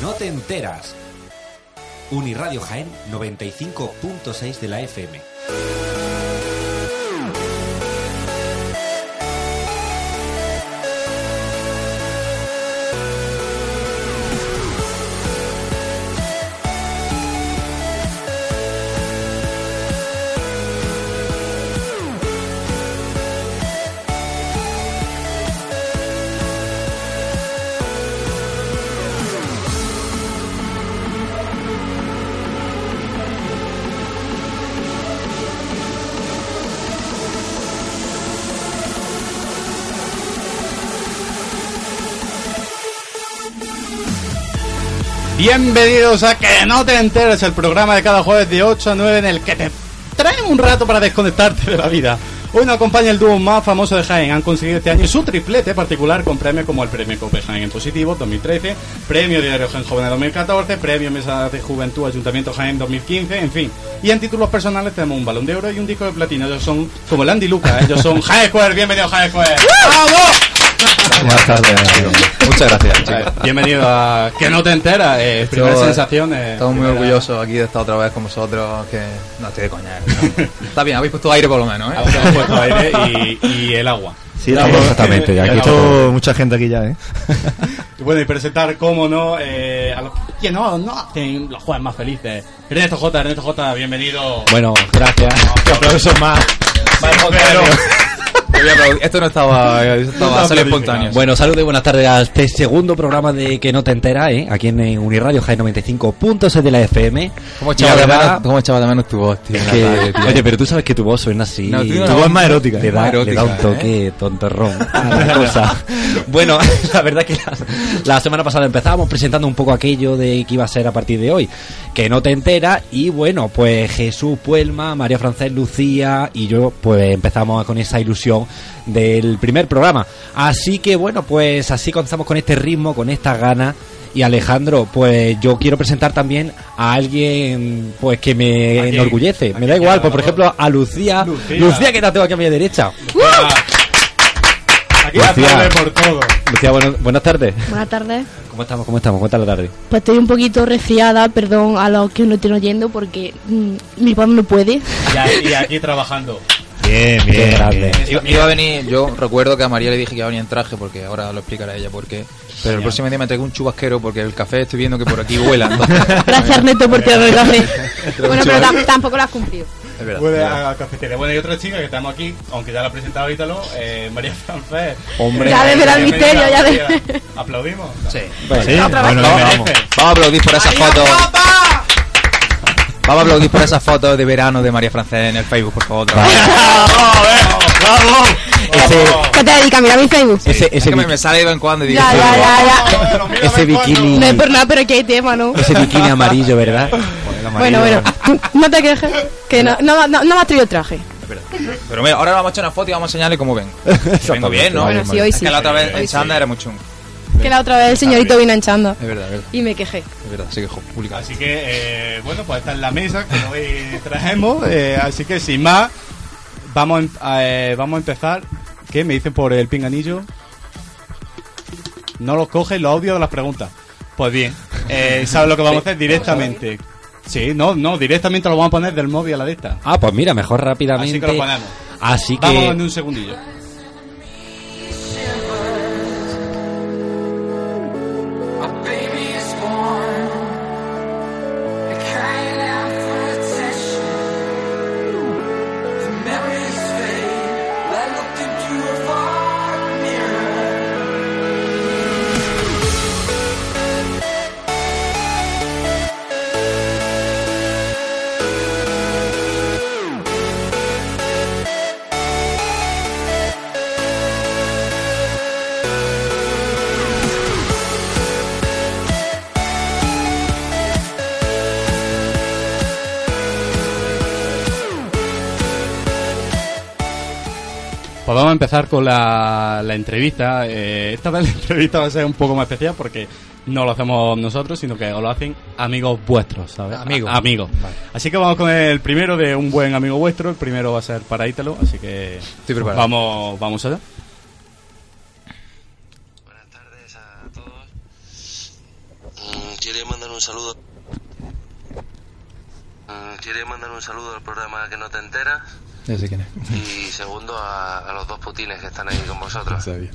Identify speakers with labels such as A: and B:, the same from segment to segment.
A: no te enteras. Uniradio Jaén 95.6 de la FM.
B: Bienvenidos a Que no te enteres, el programa de cada jueves de 8 a 9 en el que te traen un rato para desconectarte de la vida. Hoy nos acompaña el dúo más famoso de Jaén. Han conseguido este año su triplete particular con premios como el Premio Cope Jaén en Positivo 2013, Premio Diario Jaén Joven de 2014, Premio Mesa de Juventud Ayuntamiento Jaén 2015, en fin. Y en títulos personales tenemos un balón de oro y un disco de platino. Ellos son como el Andy Luca, ¿eh? ellos son Jaén Square. Bienvenidos Jaén Square. ¡Vamos!
C: Buenas tardes, amigo. Muchas gracias, chicos.
B: Bienvenido a Que no te enteras, eh, primeras
C: Yo, eh,
B: sensaciones.
C: Estamos muy
B: primera-
C: orgullosos aquí de estar otra vez con vosotros. Que no estoy de coña. ¿eh? ¿no? Está bien, habéis puesto aire por lo menos,
B: Ahora
C: ¿eh?
B: hemos puesto aire y, y el agua.
D: Sí, la voz.
C: exactamente,
D: Aquí esto, mucha gente aquí ya, ¿eh?
B: Y bueno, y presentar, cómo no, eh, a los que no, no hacen los jueves más felices. Ernesto J, Ernesto J, bienvenido.
D: Bueno, gracias. aplausos más.
C: Yo voy a aplaudir. Esto no estaba, esto estaba salió espontáneo.
D: Bueno, saludos y buenas tardes a este segundo programa de Que no te enteras, ¿eh? Aquí en eh, Uniradio Jaén 95.6 de la FM.
C: ¿cómo
D: Y
C: echaba,
D: la
C: de
D: verdad
C: menos, ¿cómo echaba de menos tu voz, tío? en la
D: que-
C: radio, tío?
D: Oye, pero tú sabes que tu voz suena así.
C: No, tú no
D: Tu
C: la-
D: voz es más erótica.
C: más
D: Le da, le
C: erótica, ¿eh?
D: da un toque tontorrón a la cosa. Bueno, la verdad es que la, la semana pasada empezábamos presentando un poco aquello de que iba a ser a partir de hoy. Que no te entera. Y bueno, pues Jesús Puelma, María Francés Lucía y yo, pues empezamos con esa ilusión del primer programa. Así que bueno, pues así comenzamos con este ritmo, con estas ganas. Y Alejandro, pues yo quiero presentar también a alguien pues que me
B: Aquí.
D: enorgullece.
B: Aquí,
D: Me da igual,
B: claro.
D: pues, por ejemplo, a Lucía.
B: Lucía.
D: Lucía, que la tengo aquí a mi derecha.
B: Aquí la
D: Gracias.
B: tarde por todo.
D: Lucía, bueno- buenas tardes.
E: Buenas tardes.
D: ¿Cómo estamos? ¿Cómo estamos? ¿Cuánta la tarde?
E: Pues estoy un poquito resfriada, perdón a los que no estén oyendo porque mm, mi papá no puede.
B: Y aquí, y aquí trabajando.
D: Bien, bien, grande.
C: Iba, iba a venir, yo recuerdo que a María le dije que iba a venir en traje porque ahora lo explicará ella por qué. Pero el próximo día me traigo un chubasquero porque el café estoy viendo que por aquí vuela. entonces-
E: Gracias Ernesto por tirarme el café.
F: Bueno, pero tam- tampoco lo has cumplido.
C: Es verdad,
B: Vuelve
C: es verdad.
B: a la cafetería. Bueno, y otra chica que estamos aquí, aunque ya la he presentado ahorita, lo, eh, María Francés.
D: Hombre.
F: Ya ves, verá el
B: Bienvenida,
F: misterio, ya
B: María.
F: ves.
B: Aplaudimos.
C: Sí.
D: Sí,
B: Lo
D: bueno,
B: merece.
C: Vamos a aplaudir por esas fotos. Vamos a aplaudir por esas fotos de verano de María Francés en el Facebook, por favor. otra vez.
D: Ese,
F: ¿Qué te dedicas? Mira mi Facebook.
D: ese,
C: Es
D: ese,
C: que me,
D: bi-
C: me sale de vez en cuando y digo,
F: Ya, ya, ya, ya.
B: Bueno, mira,
D: ese
B: recuerdo.
C: Mm.
D: bikini.
E: No es por nada, pero aquí hay tema, ¿no?
D: Ese bikini amarillo, ¿verdad?
F: Bueno, bueno.
E: No te quejes.
F: Que no, no, no, no me has traído el traje.
C: Pero mira, ahora vamos a echar una foto y vamos a enseñarle cómo ven. Vengo bien, ¿no?
F: Bueno, sí, hoy
C: Es
F: sí.
C: que la otra vez en
F: Hoy sí.
C: Chanda era muy chungo.
F: Que la otra vez el señorito vino hinchando.
C: Es verdad, es verdad.
F: Y me quejé.
C: Es verdad, sí que jo, publica.
B: Así que, eh, bueno, pues está en la mesa que hoy traemos. eh, así que, sin más, vamos a em- a, eh, vamos a empezar. ¿Qué me dicen por el pinganillo? No los coge los audios de las preguntas. Pues bien, eh, ¿sabes lo que vamos a hacer? Directamente. Sí, no, no, directamente lo vamos a poner del móvil a la de esta.
D: Ah, pues mira, mejor rápidamente.
B: Así que lo ponemos.
D: Así que-
B: Vamos en un segundillo. Pues vamos a empezar con la, la entrevista. Eh, esta vez la entrevista va a ser un poco más especial porque no lo hacemos nosotros, sino que os lo hacen amigos vuestros, ¿sabes?
C: Amigos.
B: A- amigos. Así que vamos con el primero de un buen amigo vuestro. El primero va a ser para Ítalo, así que
C: Estoy preparado.
B: vamos vamos allá.
G: Buenas tardes a todos. Mm, Quiero saludo. Mm, Quería mandar un saludo al programa que no te enteras
C: Ya sé quién es.
G: y segundo a, a los dos putines que están ahí con
C: No
G: vosotros.
C: sabía.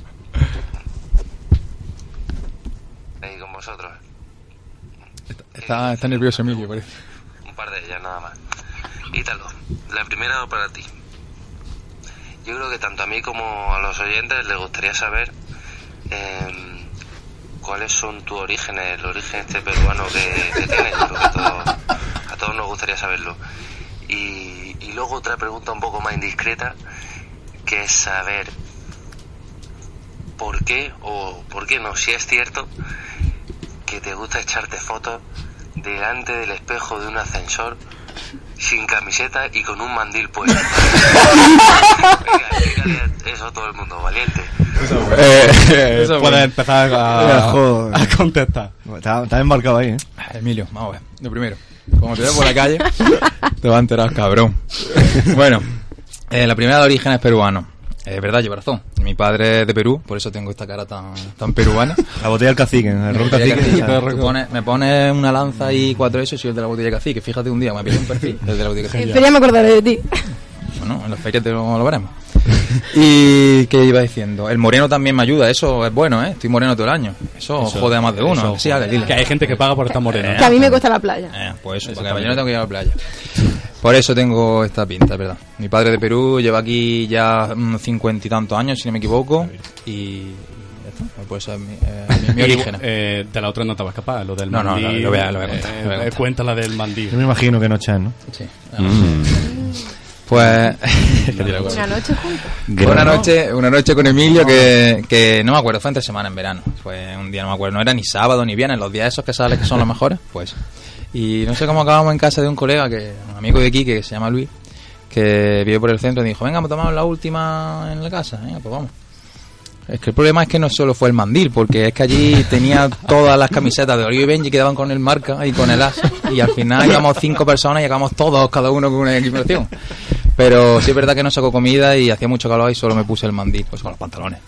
G: Ahí con vosotros.
C: Está, está nervioso Emilio, parece.
G: Un par de ellas nada más. Ítalo, la primera va para ti. Yo creo que tanto a mí como a los oyentes les gustaría saber eh, cuáles son tus orígenes, el origen este peruano que, que tienes. Yo creo que a todos, a todos nos gustaría saberlo. Y, y luego otra pregunta un poco más indiscreta, que es saber por qué o por qué no, si es cierto que te gusta echarte fotos delante del espejo de un ascensor sin camiseta y con un mandil puesto. Venga, explícale eso a todo el mundo, valiente.
B: Puedes Eh, empezar
H: Ah,
B: a,
H: joder.
B: a contestar.
H: Está, está embarcado ahí, ¿eh?
C: Ah, Emilio, vamos a ver. Lo primero, como te veo por la calle, te va a enterar, cabrón. Bueno, eh, la primera de origen es peruano. Es verdad, lleva razón. Mi padre es de Perú, por eso tengo esta cara tan, tan peruana.
H: La botella del cacique, el ron
C: Botella
H: cacique.
C: cacique,
H: o sea,
C: tú pones- me pones una lanza y cuatro eso y soy el de la botella de cacique. Fíjate un día, me pide un perfil el de la botella de cacique.
F: En feria me acordaré de ti.
C: Bueno, en las ferias te lo, lo veremos. ¿Y qué iba diciendo? El moreno también me ayuda, eso es bueno, ¿eh? Estoy moreno todo el año. Eso, jode a más de uno. Sí, Ale, dile.
B: Que hay gente que paga por estar moreno.
F: Que a mí me cuesta la playa.
C: Eh, pues eso, porque yo no tengo que ir a la playa. Por eso tengo esta pinta, es verdad. Mi padre de Perú lleva aquí ya mm, cincuenta y tantos años, si no me equivoco. Y ya está. Pues esa es mi, eh, mi- mi
B: Y,
C: origen.
B: eh, de la otra no te vas capaz, lo del
C: No, no,
B: mandil.
C: lo- lo voy a- lo voy a contar,
B: eh,
C: lo voy a contar.
B: cuenta la del
H: Yo
B: mandil.
H: me imagino que no echan, ¿no? Mm.
C: Sí. Pues...
F: Una noche juntos.
C: Fue una noche, una noche con Emilio que, que no me acuerdo, fue entre semana en verano. Fue un día, no me acuerdo, no era ni sábado ni viernes, los días esos que sales que son los mejores, pues. Y no sé cómo acabamos en casa de un colega, que un amigo de aquí que se llama Luis, que vive por el centro y dijo, venga, vamos a tomar pues la última en la casa, venga, pues vamos. Es que el problema es que no solo fue el mandil, porque es que allí tenía todas las camisetas de Oriol y Benji que daban con el marca y con el as. Y al final íbamos cinco personas y acabamos todos, cada uno con una equipación. Pero sí es verdad que no sacó comida y hacía mucho calor y solo me puse el mandil, pues con los pantalones.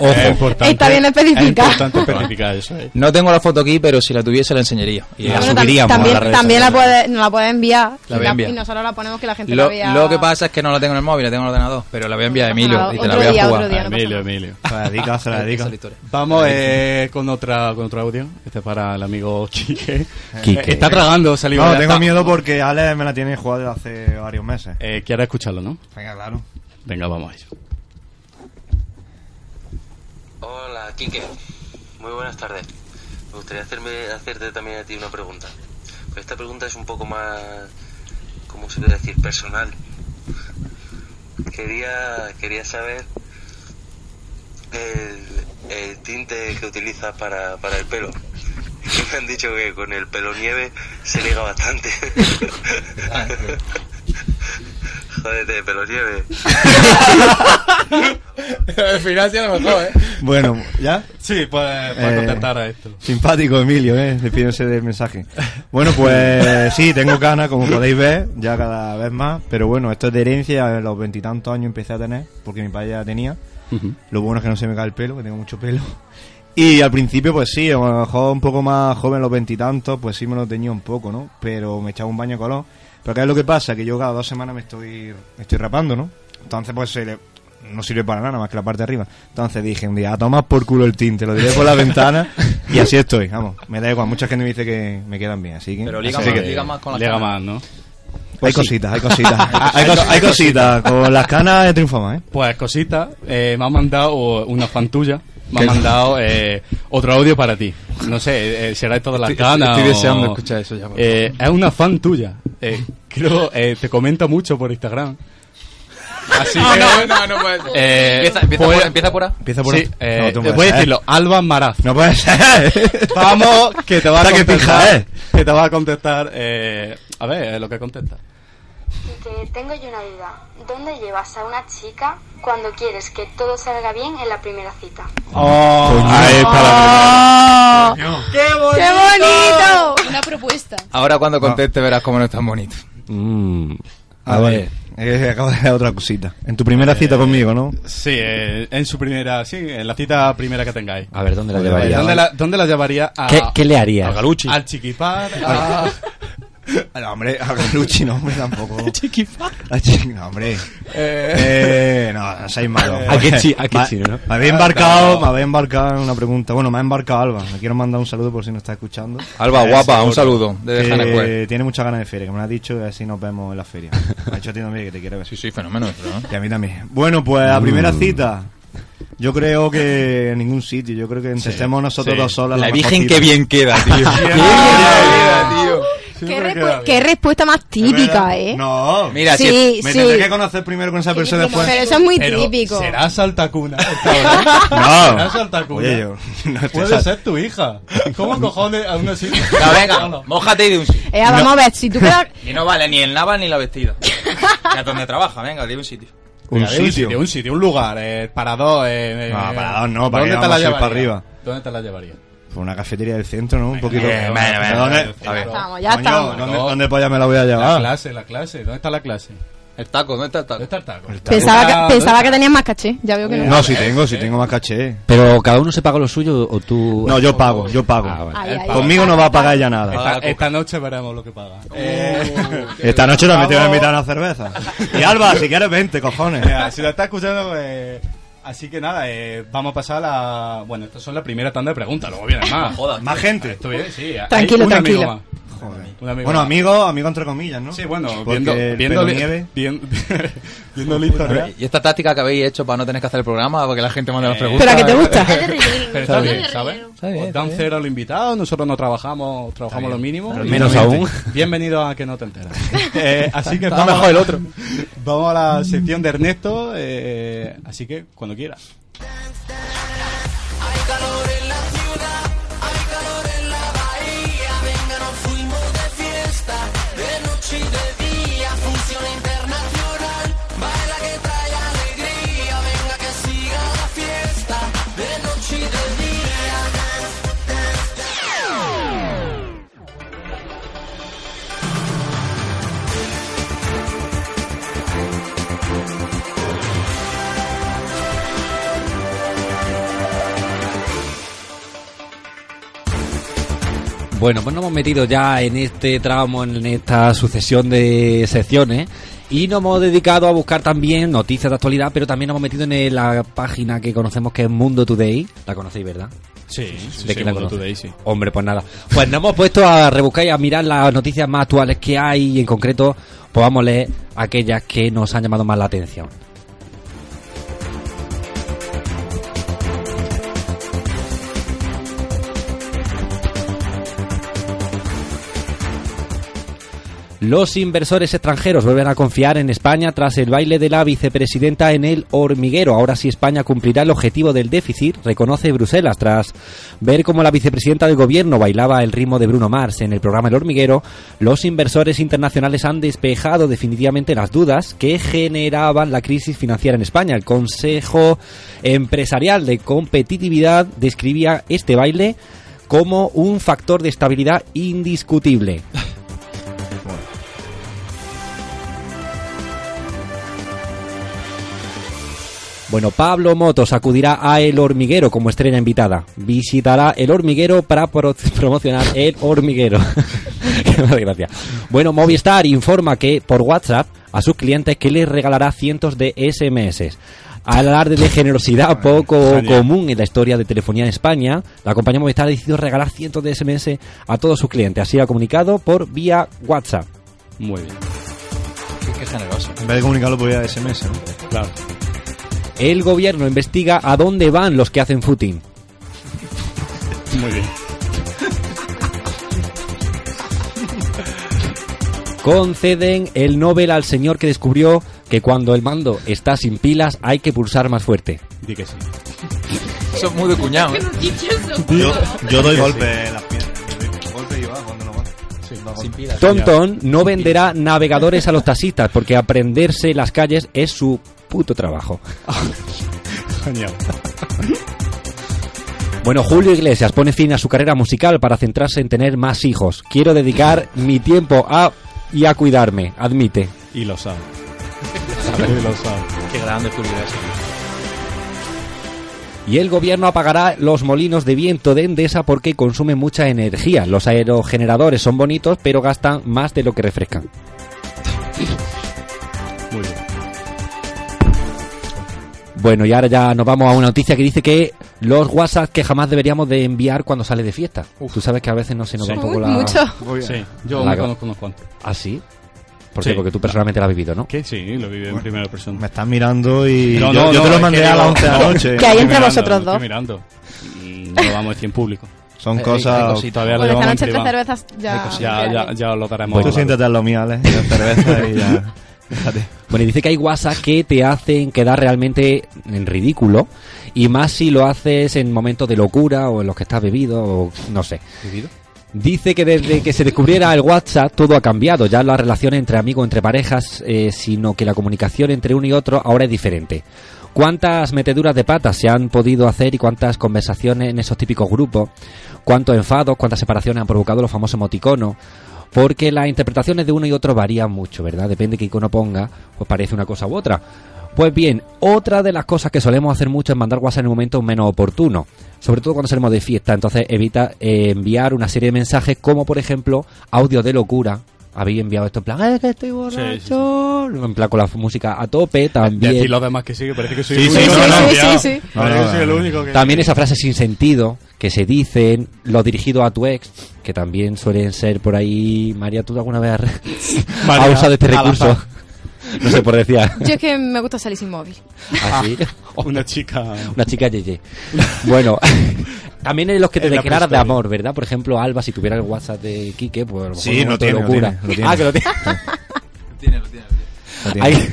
B: Es importante-
F: Está bien especificar.
B: Es importante especificar eso. eh.
C: No tengo la foto aquí, pero si la tuviese la enseñaría. Y
F: Bueno,
C: la
F: tam-
C: subiríamos a
F: también,
C: las redes
F: también la
C: sociales.
F: puede, nos la puede enviar.
C: La voy a
F: Y
C: enviar.
F: Y nosotros la ponemos que la gente la
C: Lo,
F: vea.
C: lo que pasa es que no la tengo en el móvil, la tengo en el ordenador, pero la voy a enviar a Emilio y te la
F: Otro
C: voy a
F: día,
C: jugar.
F: otro día, no pasa
B: Emilio,
F: nada.
B: Emilio.
H: Se la dedica, se la dedica.
C: Esa es la historia.
B: Vamos eh, con otra con otro audio. Este es para el amigo Quique.
D: Quique.
B: Eh, Está tragando saliva.
H: No,
B: ya
H: tengo
B: está.
H: miedo porque Ale me la tiene jugada desde hace varios meses.
B: Eh, Quiero escucharlo, ¿no?
H: Venga, claro.
B: Venga, vamos a ello.
G: Hola, Quique. Muy buenas tardes. Me gustaría hacerme, hacerte también a ti una pregunta. Pero esta pregunta es un poco más, ¿cómo se puede decir? Personal. Quería, quería saber el, el tinte que utilizas para, para el pelo. Me han dicho que con el pelo nieve se liga bastante.
C: Ah,
G: Jódete, pelo nieve.
C: Al final sí a lo mejor, ¿eh?
H: Bueno, ¿ya?
B: Sí, pues para
H: Eh,
B: contestar a esto.
H: Simpático Emilio, ¿eh? Despídense del mensaje. Bueno, pues sí, tengo canas, como podéis ver, ya cada vez más. Pero bueno, esto es de herencia, a los veintitantos años empecé a tener, porque mi padre ya la tenía. Lo bueno es que no se me cae el pelo, que tengo mucho pelo. Y al principio, pues sí, a lo mejor un poco más joven, los veintitantos, pues sí me lo tenía un poco, ¿no? Pero me echaba un baño de color. Pero ¿qué es lo que pasa? Que yo cada dos semanas me estoy, me estoy rapando, ¿no? Entonces, pues se le- no sirve para nada más que la parte de arriba. Entonces dije un día, a tomar por culo el tinte, lo tiré por la ventana y así estoy, vamos. Me da igual, mucha gente me dice que me quedan bien, así que...
C: Pero liga
H: así
C: más,
H: que-
C: liga más con las
B: Llega
C: canas.
B: más, ¿no?
H: hay cositas, hay cositas. Pues hay, cos- hay cositas. Con las canas he triunfado más, ¿eh?
B: Pues cosita, eh, me ha mandado una fan tuya, me ha mandado eh, otro audio para ti. No sé, eh, será esto de las
C: Estoy-
B: canas.
C: estoy
B: o-
C: deseando escuchar eso ya, por
B: Eh, es una fan tuya. Eh, creo, eh, te comenta mucho por Instagram. Así que,
C: Ah, No, no, no puede ser.
B: eh,
C: empieza, empieza,
B: pues-
C: por, empieza por A.
H: Empieza por...
B: sí, eh,
H: No, tú no
B: voy
H: puedes
B: a
H: ser.
B: decirlo, Alba Maraz.
H: No puede ser.
B: Vamos, que te va a
H: Está que
B: contestar.
H: pija, ¿eh?
B: que te va a contestar. eh, a ver, eh, lo que contesta.
I: Dice, tengo yo una duda. ¿Dónde llevas a una chica cuando quieres que todo salga bien en la primera cita?
C: Ah.
F: Ah. ¡Qué bonito!
E: Una propuesta.
C: Ahora cuando conteste verás cómo no es tan bonito.
H: Mm. A, ver. Eh, acabo de dar otra cosita. En tu primera cita conmigo, ¿no?
B: Sí, eh, en su primera, sí, en la cita primera que tengáis.
D: A ver, ¿dónde la
H: Oye,
D: llevaría?
B: ¿Dónde la, dónde la llevaría a...
D: ¿Qué, qué le harías?
C: Galuchi.
B: Al chiquipar, a...
H: Ah, No, hombre, a Galucci no, hombre, tampoco. A Chi- No, hombre. Eh, no, no seáis malos.
D: ¿A qué chi- a qué
H: Me-
D: chino, no?
H: Me
C: Ah,
H: había embarcado, me había embarcado en una pregunta. Bueno, me ha embarcado Alba. Le quiero mandar un saludo por si nos está escuchando.
C: Alba,
H: Eh,
C: guapa, un
H: seguro.
C: saludo. De
H: Que
C: Hanecue.
H: tiene muchas ganas de feria, que me lo ha dicho, y así nos vemos en la feria. Me ha dicho a ti también que te quiere ver.
C: Sí, sí, fenómeno. Mm. eso, ¿no?
H: Y a mí también. Bueno, pues a primera cita. Yo creo que en ningún sitio. Yo creo que entre estemos nosotros
B: sí.
H: dos solos.
C: La
H: mejor
C: Virgen
H: cita.
C: que bien queda, tío.
F: ¿Qué, respu- qué respuesta más típica, ¿eh?
H: No.
C: Mira,
F: Sí,
C: si-
H: Me
F: sí.
H: tendré que conocer primero con esa persona después.
F: Pero eso es muy
B: Pero
F: típico.
B: será saltacuna.
H: No.
B: Será saltacuna.
H: Oye, yo. No estoy
B: Puede
H: sal-
B: ser tu hija. ¿Cómo cojones a una cita?
C: No, venga, mójate y de un sitio.
F: Eh, vamos a ver, si tú quedas...
C: Y no vale ni el naval ni la vestida. Ni a donde trabaja, venga, de un sitio.
H: Un
B: Venga, di
H: sitio.
B: un sitio, un lugar, eh, para dos. eh, eh,
H: No, para dos no, para
B: ¿Dónde te la
H: que vamos a ir
B: llevaría?
H: para arriba.
B: ¿Dónde te la llevaría?
H: Por una cafetería del centro, ¿no? Un poquito.
C: Eh, bueno, bueno,
H: ¿Pero
C: bueno,
H: dónde-
C: a ver.
F: Estamos, ya
H: Coño,
F: estamos.
H: ¿dónde, ¿Dónde polla me la voy a
B: La
H: llevar?
B: clase, la clase. ¿Dónde está la clase?
C: El taco, ¿dónde está el
B: ¿Dónde está
C: taco?
B: el taco?
F: Pensaba
B: Ah,
F: que, pensaba
B: ¿dónde
F: que tenías más caché. Ya
C: Eh,
F: veo que no.
H: No, si tengo, si tengo más caché.
D: Pero cada uno se paga lo suyo o tú.
H: No, yo pago, yo pago.
D: Ah, vale.
F: Ay, ay, ay.
H: Conmigo no va a pagar ya
B: está?
H: nada.
B: Esta, esta noche veremos lo que paga.
F: Oh,
B: Eh,
H: Esta noche también te voy a invitar a una cerveza. Y Alba, si quieres, vente, cojones.
B: Mira, si la está escuchando, pues... Así que nada, eh, vamos a pasar a... la- Bueno, estas son la primera tanda de preguntas, luego vienen más.
C: Joda,
H: Más gente.
B: Estoy bien, sí. hay
F: Tranquilo,
B: un
F: tranquilo.
B: amigo más.
H: Joder.
B: Un amigo
H: Bueno,
B: más.
H: amigo, amigo entre comillas, ¿no?
B: Sí, bueno,
H: Porque
B: viendo,
H: el
B: viendo,
H: pelo
B: li-
H: nieve.
B: vien- viendo la historia.
C: Y esta táctica que habéis hecho para no tener que hacer el programa, para que la gente mande las preguntas.
F: Pero a que te gusta.
B: Pero está bien, ¿sabes? Pues
C: bien,
B: Os dan cero al invitado, nosotros no trabajamos, trabajamos lo mínimo.
H: Pero
B: Y
D: Menos aún.
B: Bienvenido a que no te enteras. Eh, así que
C: Está
B: vamos,
C: mejor el otro.
B: Vamos a la sección de Ernesto, eh, así que cuando quieras.
D: Bueno, pues nos hemos metido ya en este tramo, en esta sucesión de secciones. Y nos hemos dedicado a buscar también noticias de actualidad, pero también nos hemos metido en eh, la página que conocemos que es Mundo Today. La conocéis, ¿verdad?
B: Sí, sí,
D: ¿De quién la conoce?
B: Today, sí.
D: Hombre, pues nada. Pues nos hemos puesto a rebuscar y a mirar las noticias más actuales que hay y en concreto pues vamos a leer aquellas que nos han llamado más la atención. Los inversores extranjeros vuelven a confiar en España tras el baile de la vicepresidenta en el hormiguero. Ahora sí España cumplirá el objetivo del déficit, reconoce Bruselas, tras ver cómo la vicepresidenta del gobierno bailaba el ritmo de Bruno Mars en el programa El hormiguero. Los inversores internacionales han despejado definitivamente las dudas que generaban la crisis financiera en España. El Consejo Empresarial de Competitividad describía este baile como un factor de estabilidad indiscutible. Bueno, Pablo Motos acudirá a El Hormiguero como estrella invitada. Visitará El Hormiguero para pro- promocionar El Hormiguero. Qué mala gracia. Bueno, Movistar informa que por WhatsApp a sus clientes que les regalará cientos de SMS. Alarde de generosidad poco común en la historia de telefonía en España, la compañía Movistar ha decidido regalar cientos de SMS a todos sus clientes. Así lo ha comunicado por vía WhatsApp.
B: Muy bien.
C: Qué generoso.
H: En vez de comunicarlo por vía de SMS, ¿no?
B: Claro.
D: El gobierno investiga a dónde van los que hacen footing.
B: Muy bien.
D: Conceden el Nobel al señor que descubrió que cuando el mando está sin pilas hay que pulsar más fuerte.
B: Di que sí.
C: Eso es muy de cuñado, ¿eh?
H: Yo, yo doy golpe en las piernas. Golpe y bajo, cuando no va.
C: Sin pilas.
D: Tonton no venderá navegadores a los taxistas porque aprenderse las calles es su puto trabajo.
B: Genial.
D: Bueno, Julio Iglesias pone fin a su carrera musical para centrarse en tener más hijos. Quiero dedicar mi tiempo a y a cuidarme, admite.
B: Y lo sabe. y lo sabe.
C: Qué grande Julio ese.
D: Y el gobierno apagará los molinos de viento de Endesa porque consumen mucha energía. Los aerogeneradores son bonitos, pero gastan más de lo que refrescan.
B: Muy bien.
D: Bueno, y ahora ya nos vamos a una noticia que dice que los WhatsApp que jamás deberíamos de enviar cuando sales de fiesta. Tú sabes que a veces no se nos
B: Sí.
D: va un poco
F: Uy,
D: la...
F: mucho.
H: Muy bien.
B: Sí, yo
D: La
B: me
D: que-
B: conozco unos cuantos.
D: ¿Ah, sí? ¿Por
B: Sí.
D: qué? Porque tú personalmente la has vivido, ¿no?
B: ¿Qué? Sí, lo viví en primera persona.
H: Me estás mirando y
B: No,
H: yo,
B: no,
H: yo
B: no,
H: te lo
B: es
H: mandé
B: que
H: a las
B: digo-
H: 11 de la
B: no,
F: Que
H: noche.
F: hay
B: Estoy
F: entre
B: mirando,
F: vosotros
B: estoy
F: dos.
B: mirando. Mm, No lo vamos a decir en público.
H: Son
C: Eh, hay
H: cosas...
C: cositas.
B: Todavía lo
F: Bueno, esta
B: llevamos
F: noche
B: en
F: tres
B: privado.
F: cervezas ya.
B: Ya, ya, ya lo daremos.
H: Tú
B: hablando.
H: siéntate en lo mío, Alex. y la cerveza y ya. Fíjate.
D: Bueno, y dice que hay WhatsApp que te hacen quedar realmente en ridículo. Y más si lo haces en momentos de locura o en los que estás bebido o no sé. Dice que desde que se descubriera el WhatsApp todo ha cambiado. Ya las relaciones entre amigos, entre parejas, eh, sino que la comunicación entre uno y otro ahora es diferente. ¿Cuántas meteduras de patas se han podido hacer y cuántas conversaciones en esos típicos grupos? ¿Cuántos enfados, cuántas separaciones han provocado los famosos emoticonos? Porque las interpretaciones de uno y otro varían mucho, ¿verdad? Depende qué icono ponga, pues parece una cosa u otra. Pues bien, otra de las cosas que solemos hacer mucho es mandar WhatsApp en el momento menos oportuno, sobre todo cuando salimos de fiesta, entonces evita eh, enviar una serie de mensajes como por ejemplo audio de locura. Habéis enviado esto en plan, "Eh, que estoy borracho,
B: sí, sí.
D: en plan con la música a tope también.
B: Decir los demás que sí, que parece que soy
H: Sí,
B: el
H: sí,
B: único.
H: sí,
B: que lo ha
H: sí,
B: enviado.
F: sí, sí.
B: Parece
H: No,
B: que
H: no,
B: soy el
H: no.
B: único que...
D: También esa frase sin sentido que se dicen, los dirigidos a tu ex, que también suelen ser por ahí. María, ¿tú alguna vez has re-
B: María,
D: has usado este
B: al
D: recurso?
B: azar.
D: No sé por decir a-
F: Yo es que me gusta salir sin móvil.
D: así.
B: Una chica...
D: ¿Ah, Una chica Yeye. Bueno, también en los que te
B: En la
D: declaras de
B: prehistoria.
D: amor, ¿verdad? Por ejemplo, Alba, si tuviera el WhatsApp de Quique, pues a lo mejor
H: Sí,
D: en un
H: lo
D: momento
H: tiene,
D: de
H: lo
D: locura.
H: tiene, lo tiene.
D: Ah, que lo tiene.
C: Tiene, lo tiene.
H: Lo tiene.
D: Ahí.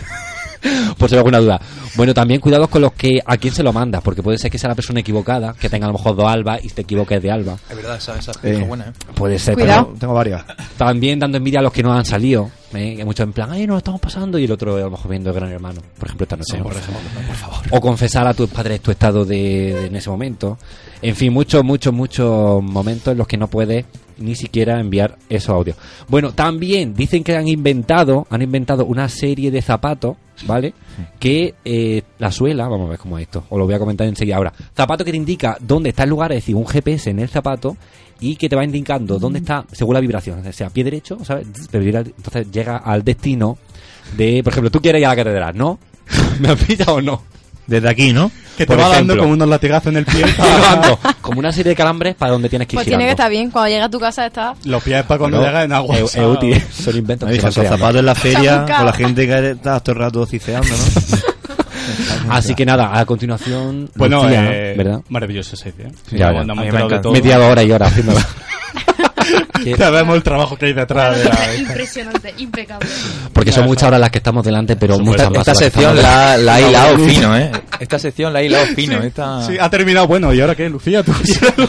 D: Por si hay alguna duda. Bueno, también cuidados con los que a quién se lo mandas, porque puede ser que sea la persona equivocada, que tenga a lo mejor dos albas y te equivoques de alba.
C: Es verdad, esa, esa
H: Eh.
C: es buena, ¿eh?
D: Puede ser,
F: Cuidado.
D: pero
H: Tengo varias.
D: también dando envidia a los que no han salido. ¿eh? Que muchos en plan, ay, nos lo estamos pasando, y el otro a lo mejor viendo el gran hermano, por ejemplo, esta noche. ¿no? O confesar a tus padres tu estado de, de- en ese momento. En fin, muchos, muchos, muchos momentos en los que no puedes ni siquiera enviar esos audios. Bueno, también dicen que han inventado, han inventado una serie de zapatos, ¿vale? Que eh, la suela, vamos a ver cómo es esto, os lo voy a comentar enseguida ahora. Zapato que te indica dónde está el lugar, es decir, un GPS en el zapato y que te va indicando dónde está según la vibración, o sea, pie derecho, ¿sabes? Entonces llega al destino de, por ejemplo, tú quieres ir a la catedral, ¿no? ¿Me has pillado o no?
H: Desde aquí, ¿no?
B: Que te
D: Por
B: va dando
D: ejemplo.
B: como unos latigazos en el pie.
D: Girando, como una serie de calambres para donde tienes que ir
F: Pues tiene que
D: girando.
F: estar bien. Cuando llega a tu casa está...
B: Los pies para cuando
D: No,
B: llegas en agua.
D: es, es
B: ¿sabes?
D: útil, son inventos
H: Me
D: que se van
H: dicen, los
D: creando.
H: zapatos en la feria,
F: Chamucao.
H: con la gente que estás todo el rato ciceando, ¿no?
D: Así que nada, a continuación,
B: Bueno,
D: Lucía,
B: eh,
D: ¿verdad?
B: maravilloso ese idea.
D: Ya, ya.
B: Andamos
C: A mí me
B: enterados de
C: encanta.
B: todo.
D: Media hora y hora haciéndola. Que-
B: Sabemos el trabajo que hay detrás de la...
E: Impresionante, impecable.
D: porque son muchas horas las que estamos delante, pero
B: Por
D: muchas
B: supuesto.
D: más horas
C: Esta
D: que
C: sección
D: estamos
C: la, la ha hilado fino, ¿eh? Esta sección la ha hilado fino. Esta...
B: Sí, ha terminado. Bueno, ¿y ahora qué? Lucía, tú.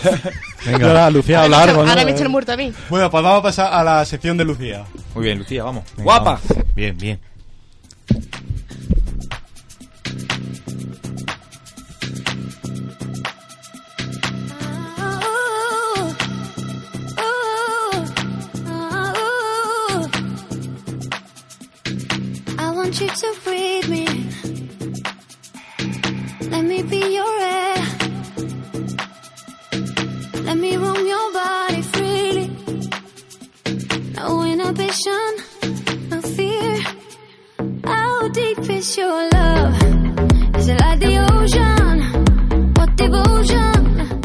B: Venga, ahora Lucía, habla
F: Ahora me
B: algo.
F: echa-
B: ¿no?
F: ahora me echa el muerto a mí.
B: Bueno, pues vamos a pasar a la sección de Lucía.
C: Muy bien, Lucía, vamos.
D: ¡Guapa!
H: Bien, bien.
I: I want you to read me. Let me be your air. Let me roam your body freely. No inhibition, no fear. How deep is your love? Is it like the ocean? What devotion?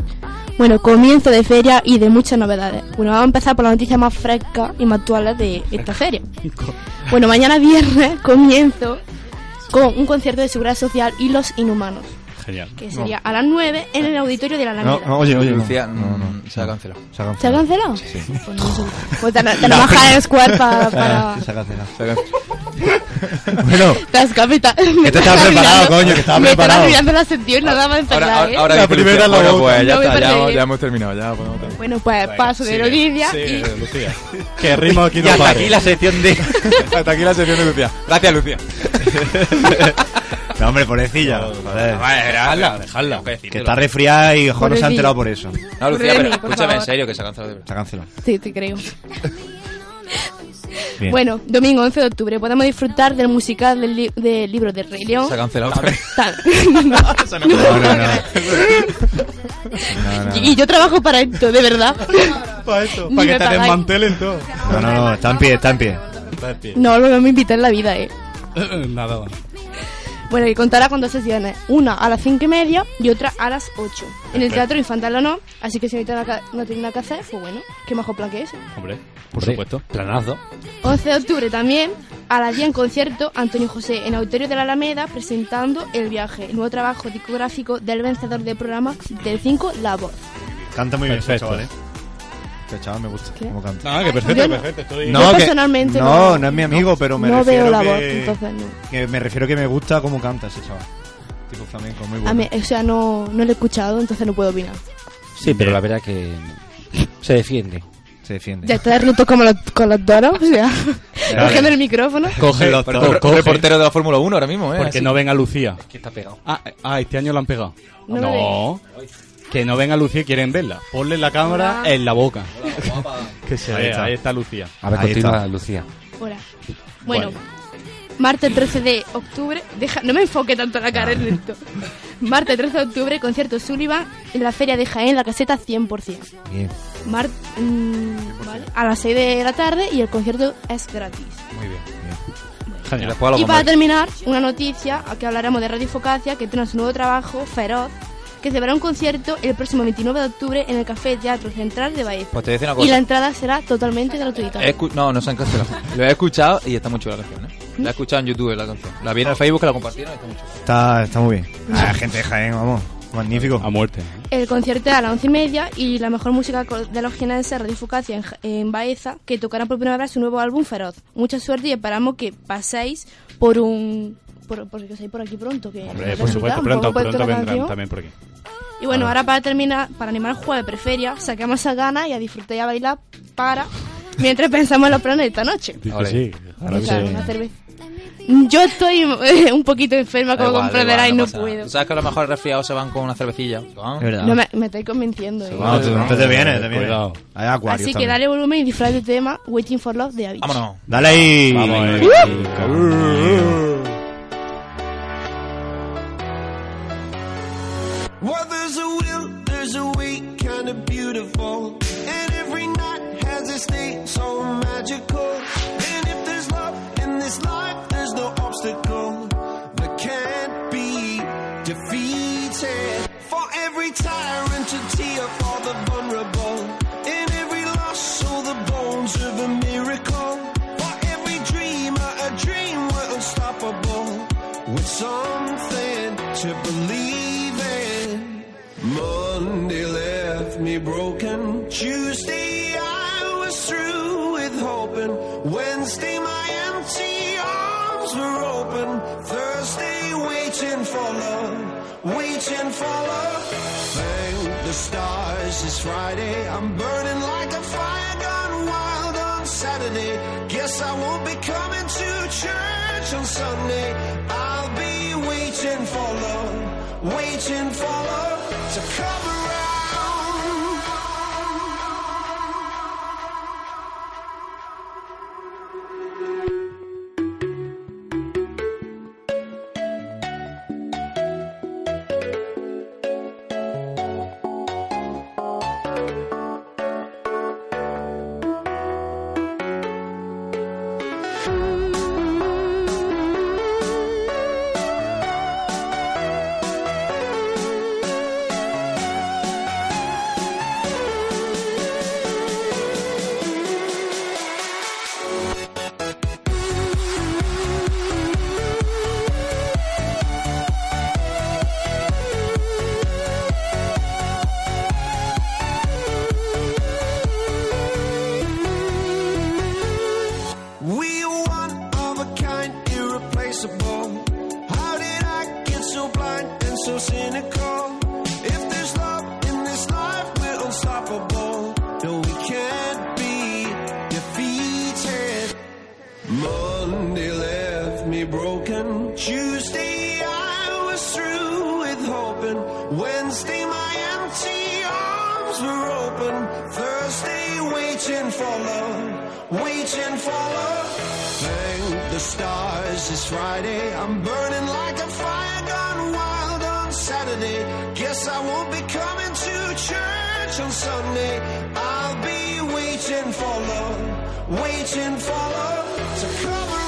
E: Bueno, comienzo de feria y de muchas novedades. Bueno, vamos a empezar por las noticias más frescas y más actuales de esta feria. Bueno, mañana viernes comienzo con un concierto de seguridad social y los inhumanos,
B: Genial.
E: que sería a las 9 en el auditorio de la
H: No,
E: Alameda.
H: no, oye, oye. no.
C: Lucía, no, no, se ha cancelado.
H: Se ha
E: ¿Se ha
H: cancelado.
E: cancelado? Sí. Pues, no sé. Pues te, te lo baja el Square pa- para
H: Ah, sí, se ha cancelado.
C: Se ha cancelado.
H: Bueno,
E: las capitas.
H: que te estás Este
C: Ah,
H: preparado, coño, que estás
E: Me están
H: preparado.
E: arruinando la sección, nada más empezar,
C: Ahora,
E: ¿eh?
C: ahora, ahora
B: La
C: dice Lucía,
B: primera la
C: bueno,
B: otra.
C: pues ya
E: No me
C: está, ya,
E: parece
C: ya
E: bien.
C: hemos terminado. Ya podemos terminar.
E: Bueno, pues paso de
B: Sigue,
E: Olivia
B: sigue,
E: y...
B: Lucía. Que el ritmo aquí
C: Y
B: no
C: hasta
B: pare.
C: aquí la sección de. hasta aquí la sección de Lucía. Gracias, Lucía.
H: No, hombre, pobrecilla. joder.
C: Dejadla, dejadla.
H: Que está resfriada y joder, no se ha enterado por eso. Se
C: No, Lucía,
F: Remy,
C: pero
F: por
C: escúchame, en
F: favor.
C: serio, que se ha cancelado de verdad.
H: ha cancelado.
E: Sí, te creo.
H: Bien.
E: Bueno, domingo 11 de octubre podemos disfrutar del musical del, li- del libro de Rey León.
C: Se ha cancelado otra vez.
E: Tan-
C: Eso no puede
H: No, no, no. no, no.
E: Y yo trabajo para esto, de verdad.
B: Para esto,
E: Ni
B: para que
E: me
B: te
E: pagáis.
B: desmantelen todo.
H: No, no, no, está en pie, está en pie.
E: No, no me invita en la vida, eh.
B: Nada más.
E: Bueno, y contará con dos sesiones, una a las cinco y media y otra a las 8. En el Teatro Infantil no, así que si ahorita no ca- no tiene nada que hacer, pues bueno, qué mejor plan que eh. ese.
D: Hombre, por
A: Sí.
D: supuesto.
A: Planazo.
E: 11 de octubre también, a las 10 en concierto, Antonio José en Auditorio de la Alameda presentando El Viaje, el nuevo trabajo discográfico del vencedor del programa del 5, La Voz.
H: Canta muy bien este
B: Perfecto.
H: chaval, eh. Este chaval me gusta
E: ¿Qué?
H: cómo canta.
B: Ah, que
E: Yo
B: perfecto,
E: no-
B: perfecto. Estoy...
E: No. Yo personalmente
H: no,
E: no-
H: no es mi amigo, pero me
E: no
H: refiero
E: veo La
H: que,
E: Voz, entonces no.
H: que me refiero que me gusta cómo canta ese chaval. Tipo flamenco, muy bueno.
E: A mí, o sea, no, no lo he escuchado, entonces no puedo opinar.
D: Sí, pero la verdad que se defiende.
H: Se defiende.
E: Ya está roto como los, con los doros, o sea,
H: Dale.
E: cogiendo el micrófono.
B: Coge,
C: Pero
B: co-
C: el
B: coge,
C: reportero de la Fórmula 1 ahora mismo, ¿eh?
B: porque
C: Así
B: no venga Lucía.
D: Que está pegado.
B: Ah, eh, ah, este año la han pegado.
E: No
B: No.
E: me
B: Que no venga Lucía y quieren verla. Ponle la cámara
E: Hola.
B: en la boca. que se
H: Ahí
B: vea.
H: está.
B: Ahí está Lucía.
D: A ver,
H: Ahí
D: continúa,
H: está.
D: Lucía.
E: Hola. Bueno, martes 13 de octubre. Deja, no me enfoque tanto la cara en esto. Martes 13 de octubre, concierto Sullivan en la Feria de Jaén, la caseta 100%.
H: Bien.
E: Mar- mm, ¿vale? A las 6 de la tarde y el concierto es gratis.
C: Muy bien. Y
B: Genial.
C: después algo
E: Y para
C: más.
E: terminar, una noticia a que hablaremos de Radio Focacia, que tiene su nuevo trabajo, Feroz, que celebrará un concierto el próximo 29 de octubre en el Café Teatro Central de Baeza.
C: Pues te voy a decir una
E: Y la
C: cosa.
E: entrada será totalmente gratuita.
B: Eh.
C: He escu- No, no se han cancelado. Lo he escuchado y está muy chula la canción, ¿eh? La he escuchado en YouTube la canción. La vi en el Facebook, la compartieron y está muy chula.
H: Está, está muy bien. Ah, gente de Jaén, vamos. Magnífico.
B: A muerte.
E: El concierto es a las once y media y la mejor música co- de los jienenses Radio Focacia en, Ja- en Baeza, que tocarán por primera vez su nuevo álbum Feroz. Mucha suerte y esperamos que paséis por un... Por, por, que paséis por aquí pronto. Que
B: Hombre,
E: nos
B: por
E: visitan,
B: supuesto, pronto,
E: podemos
B: pronto
E: poner toda la
B: vendrán
E: canción.
B: también por aquí.
E: Y
B: Ah.
E: bueno, ahora para terminar, para animar el jueves de feria, saquemos esas ganas y a disfrutar y a bailar para... Mientras pensamos en los planes de esta noche.
B: Dice
C: Ole.
B: sí.
E: O sea, una cerveza. Yo estoy eh, un poquito enferma, como comprenderás, y no
C: pasa nada.
E: puedo.
C: Tú sabes que a lo mejor resfriados se van con una cervecilla. Se van.
E: No, me, me estáis convenciendo. eh.
H: Vamos, tú, tú te vienes, te vienes.
B: Cuidado.
H: Hay acuarios
E: Así que
H: también.
E: dale volumen y disfruta del tema Waiting for Love de Avicii.
C: Vámonos.
H: Dale ahí.
B: Vamos, eh.
J: Well, there's a will, there's a way, kind of beautiful. And every night has a state so magical. And if there's love in this life, there's no obstacle that can't be defeated. For every tyrant to tear for the vulnerable. In every loss, all the bones of a miracle. For every dreamer, a dream were unstoppable. With something to believe in. Monday left me broken. Tuesday I was through with hoping. Wednesday my empty arms were open. Thursday waiting for love, waiting for love. Thank the stars it's Friday. I'm burning like a fire gone wild on Saturday. Guess I won't be coming to church on Sunday. I'll be waiting for love, waiting for love to come around. We are one of a kind, irreplaceable. How did I get so blind and so cynical? If there's love in this life, we're unstoppable. No, we can't be defeated. Monday left me broken. Tuesday I was through with hoping. Wednesday my empty arms were open. Thursday waiting for love, Reaching for love. Thank the stars, it's Friday. I'm burning like a fire gone wild on Saturday. Guess I won't be coming to church on Sunday. I'll be waiting for love, waiting for love to come around.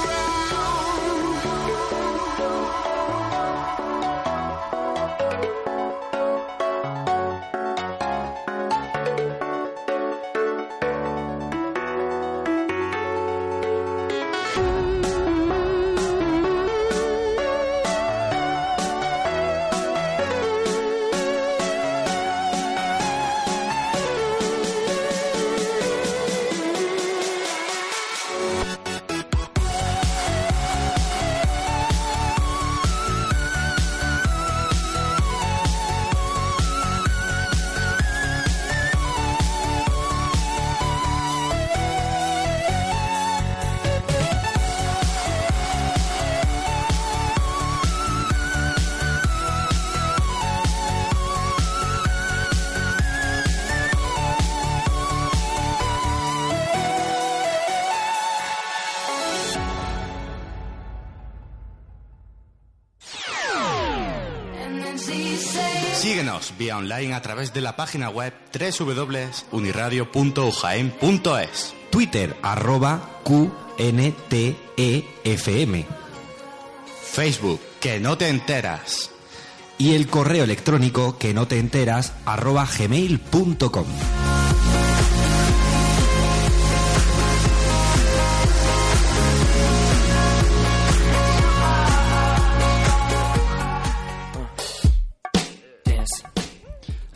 K: Síguenos vía online a través de la página web www.uniradio.ujaen.es.
A: Twitter arroba E QNTEFM.
K: Facebook, que no te enteras.
A: Y el correo electrónico que no te enteras arroba gmail.com.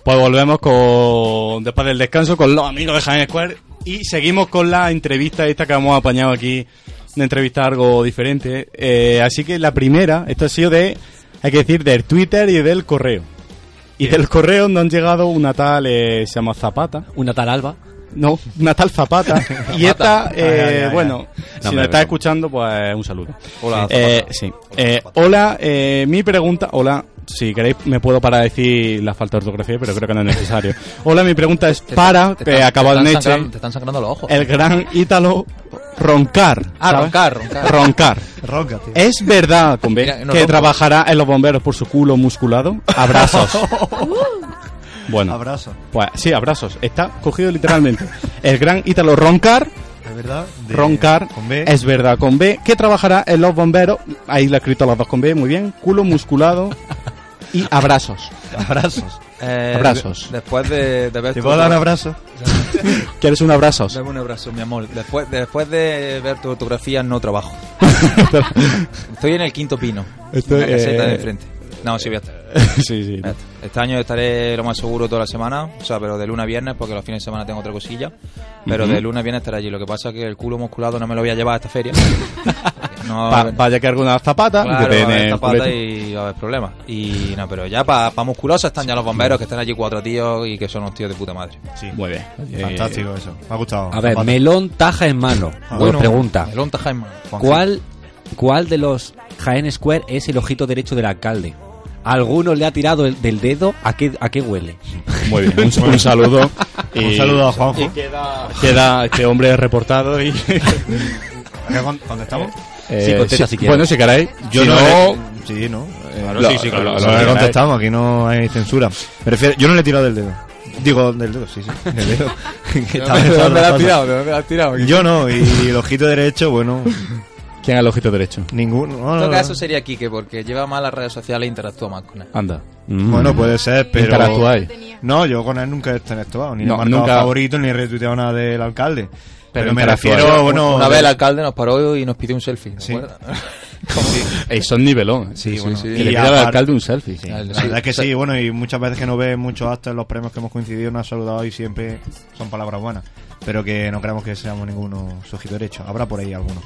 B: Pues volvemos con después del descanso con los amigos de Jaén Square y seguimos con la entrevista esta que hemos apañado aquí, una entrevista algo diferente. Eh, así que la primera, esto ha sido de, hay que decir, del Twitter y del correo. Y del correo nos han llegado una tal, eh, se llama Zapata.
D: Una tal Alba.
B: No, una tal Zapata. y esta, eh,
D: Ay, ay, ay.
B: bueno,
D: No,
B: si
D: me
B: nos está
D: veo.
B: escuchando, pues un saludo.
D: Hola,
B: Eh,
D: Zapata.
B: sí. Eh, hola, eh, mi pregunta. Hola, si queréis, me puedo para decir la falta de ortografía, pero creo que no es necesario. Hola, mi pregunta es
C: Te-
B: para,
C: te
B: que
C: están-
B: acabado
C: te
B: en
C: están
B: Eche,
C: sangrando- te están sangrando los ojos.
B: El gran Ítalo Roncar.
C: Ah,
B: ¿sabes?
C: Roncar, Roncar.
B: Roncar.
C: Ronca, tío.
B: Es verdad, con B,
C: Mira, no
B: que
C: ronco.
B: trabajará en los bomberos por su culo musculado. Abrazos. bueno.
H: Abrazo.
B: Pues sí, abrazos. Está cogido literalmente. El gran Ítalo Roncar.
H: Es verdad. de-
B: Roncar
H: con B.
B: es verdad con B que trabajará en los bomberos ahí lo he escrito las dos con B muy bien culo musculado y abrazos
H: Abrazos.
C: Eh,
B: Abrazos.
C: de- después de, de ver
H: ¿Te
C: tu-
H: puedo dar un abrazo?
B: quieres un abrazos
C: Dame un abrazo, mi amor. Después, después de ver tu fotografía, no trabajo. Estoy en el quinto pino.
B: Esto,
C: en la caseta
B: eh,
C: de enfrente. No, sí, voy a estar.
B: sí sí
C: Voy a estar. Este año estaré lo más seguro toda la semana. O sea, pero de lunes a viernes, porque los fines de semana tengo otra cosilla. Pero
B: Ujú.
C: de lunes a viernes estaré allí. Lo que pasa es que el culo musculado no me lo voy a llevar a esta feria. No,
B: Pa- vaya que alguna zapata
C: Claro,
B: que
C: va a
B: tiene
C: haber
B: el
C: tapata
B: culete.
C: y va a haber problemas. Y no, pero ya para pa musculosa están ya los bomberos, que están allí cuatro tíos y que son unos tíos de puta madre.
B: muy bien
H: Eh, Fantástico eso. Me ha gustado. Ah.
D: A ver, melón taja en mano. Buena pregunta.
C: Melón Tajaima. Juanfe.
D: ¿Cuál, ¿Cuál de los Jaén Square es el ojito derecho del alcalde? ¿Alguno le ha tirado el, del dedo? ¿A qué, ¿A qué huele?
B: muy bien un, un saludo y
H: Un saludo a Juanjo.
B: queda este hombre reportado y
H: ¿A qué con- ¿Contestamos?
B: eh,
D: contesta
B: sí,
D: si quieres.
B: bueno si queréis
H: Yo
B: si
H: no.
B: no
H: le- Sí, no. Eh,
B: Claro,
H: lo-
B: sí, sí, claro,
H: lo-
B: sí,
H: lo
B: sí,
H: contestamos, aquí no hay censura. Me refiero- yo no le he tirado del dedo. Digo, del dedo, sí, sí. Del dedo. Que estaba
C: ¿De dónde
H: pensando
C: la
H: otra
C: has tirado?
H: cosa.
C: ¿De dónde la has tirado?
H: Yo no, y el ojito derecho, bueno,
B: quién al ojito derecho
H: ninguno. no,
C: En
H: no,
C: todo
H: no.
C: caso sería Quique, porque lleva más las redes sociales e interactúa más con él.
B: anda
H: Bueno, puede ser, pero.
B: Interactuáis.
H: No, yo con él nunca he actuado, ni
B: No,
H: he marcado
B: nunca.
H: favorito, ni he retuiteado nada del alcalde. Pero, me
B: interactuáis.
H: refiero, bueno.
C: Una vez el alcalde nos paró y nos pidió un selfie, ¿te
H: Sí.
C: acuerdas?
B: Ey, son nivelón sí,
C: bueno.
B: sí.
C: Y
B: Que le pida
H: ya
B: al
H: aparte-
B: alcalde un selfie
H: Sí,
B: sí.
H: la
C: El-
H: verdad es que sí, bueno, y muchas veces que no ve muchos actos en los premios que hemos coincidido, nos ha saludado y siempre son palabras buenas. Pero que no creamos que seamos ninguno su ojito derecho. Habrá por ahí alguno.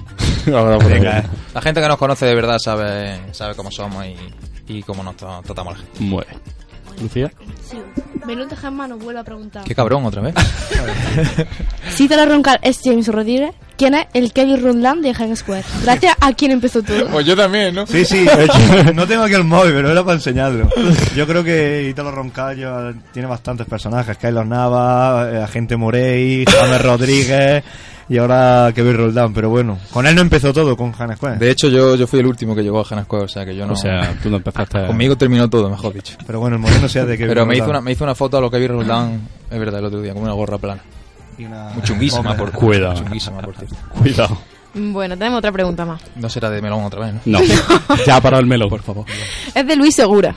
B: Ahora por
H: Venga,
B: ahí.
H: eh.
C: La gente que nos conoce de verdad sabe, sabe cómo somos y, y cómo nos tra- tratamos a la gente.
B: Muy bien. Lucía.
E: Sí. Melón taja en mano, vuelvo a preguntar.
C: Qué cabrón, otra vez.
E: Si te la roncar es James Rodríguez, ¿quién es el Kevin Rundland de Hang Square? Gracias a quien empezó todo.
C: pues yo también, ¿no?
H: Sí, sí, de hecho, no tengo aquí el móvil, pero era para enseñarlo. Yo creo que Italo Roncayo tiene bastantes personajes: Kylos Nava, eh, Agente Morey, James Rodríguez, y ahora que ver Roldán, pero bueno. Con él no empezó todo, con Hannah Square.
C: De hecho, yo, yo fui el último que llegó a Janascueva, o sea que yo no.
H: O sea,
B: tú no empezaste a-
C: Conmigo terminó todo, mejor dicho.
H: Pero bueno, el moreno sea de que
C: Pero me hizo, una, me hizo una foto a lo que vi Roldán, es verdad, el otro día, con una gorra plana. Muy chunguísima,
B: Hombre.
C: por
B: Cuidado.
C: Chunguísima, por cierto.
B: Cuidado.
F: Bueno, tenemos otra pregunta más.
C: No será de melón otra vez, ¿no?
B: No. ya para el melo, por favor.
F: Es de Luis Segura.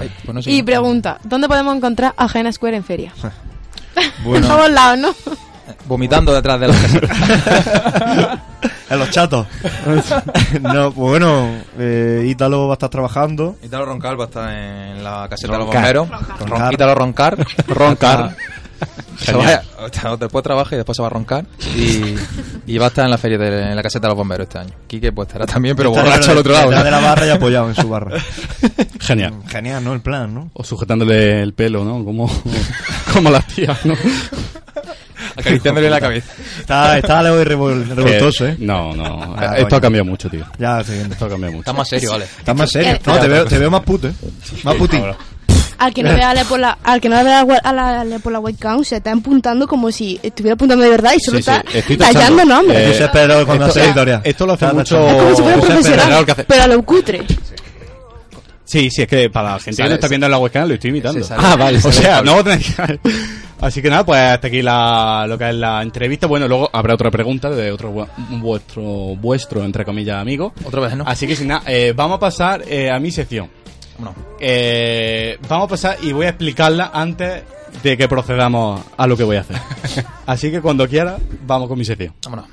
C: Ay, pues no sé.
F: Y pregunta, ¿dónde podemos encontrar a Jena Square en feria?
C: Bueno.
F: En todos lados, ¿no?
C: Vomitando detrás de la casa.
H: A los chatos. no, pues bueno, eh, Ítalo va a estar trabajando.
C: Ítalo Roncal va a estar en la caseta
H: Roncar.
C: de los bomberos.
H: Roncar.
C: Ron- Ítalo Roncar.
B: Roncar.
C: Se va a- después trabaja y después se va a roncar. Y, y va a estar en la feria de en la caseta de los bomberos este año. Quique pues estará también, pero
H: Estará
C: borracho al otro lado.
H: detrás
C: ¿no?
H: de la barra y apoyado en su barra.
B: Genial.
H: Genial, ¿no? El plan, ¿no?
B: O sujetándole el pelo, ¿no? Como, como las tías, ¿no?
C: Acariciándole la cabeza.
H: Está, está algo de revol- revoltoso, ¿eh?
B: No, no.
H: Ah,
B: esto
H: coño.
B: ha cambiado mucho, tío.
H: Ya, siguiente.
B: Esto ha cambiado mucho.
C: Está más serio, vale.
H: Estás más
E: Eh,
H: serio. No, te veo, te veo más puto, ¿eh? Más putín.
E: Al que no vea a la por la, al que no vea a la, a la- por la webcam se está apuntando como si estuviera apuntando de verdad y solo
B: Sí, sí,
E: está
B: estoy tachando.
E: tallando
B: Eh,
E: nombres.
B: Josep Pedrerol cuando hace historia. Esto lo hace mucho-
E: Es como si fuera
B: Josep Pedrerol
E: profesional,
B: que hace-
E: pero a lo cutre.
B: Sí, sí, es que para la gente que
C: Sale-
B: no está viendo en la webcam lo estoy imitando.
C: sale-
B: ah, vale.
C: sale
B: O sea,
C: Pablo.
B: no tenéis que- Así que nada, pues hasta aquí la, lo que es la entrevista. Bueno, luego habrá otra pregunta de otro vu- vuestro, vuestro, entre comillas, amigo.
C: Otra vez, ¿no?
B: Así que sin nada, eh, vamos a pasar eh, a mi sección.
C: Vámonos.
B: Eh, vamos a pasar y voy a explicarla antes de que procedamos a lo que voy a hacer. Así que cuando quiera, vamos con mi sección.
C: Vámonos.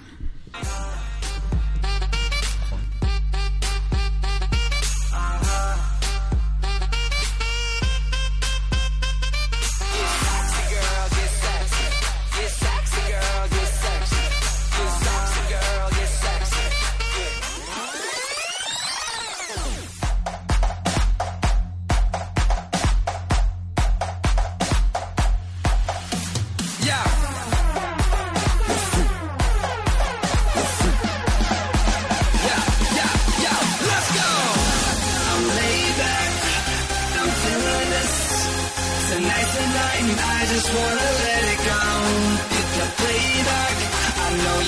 J: Oh,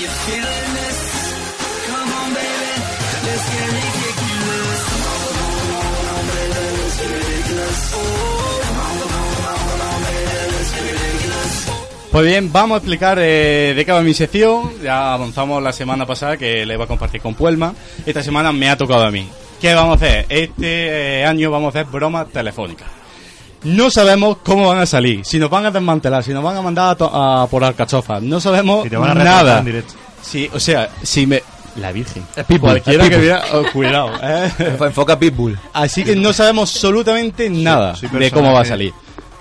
B: Pues bien, vamos a explicar eh, de qué va mi sección. Ya avanzamos la semana pasada que le iba a compartir con Puelma. Esta semana me ha tocado a mí. ¿Qué vamos a hacer? Este eh, año vamos a hacer bromas telefónicas. No sabemos cómo van a salir, si nos van a desmantelar, si nos van a mandar a, to- a por alcachofas. No sabemos
H: Si te van a reportar
B: nada.
H: en directo.
B: Sí, o sea, si me... La Virgen.
C: Pitbull,
B: Cualquiera
C: es
B: que
C: Pitbull.
B: viera... oh, cuidado, eh.
C: Enfoca Pitbull.
B: Así que no sabemos absolutamente nada
H: soy
B: de cómo
H: personaje.
B: va a salir.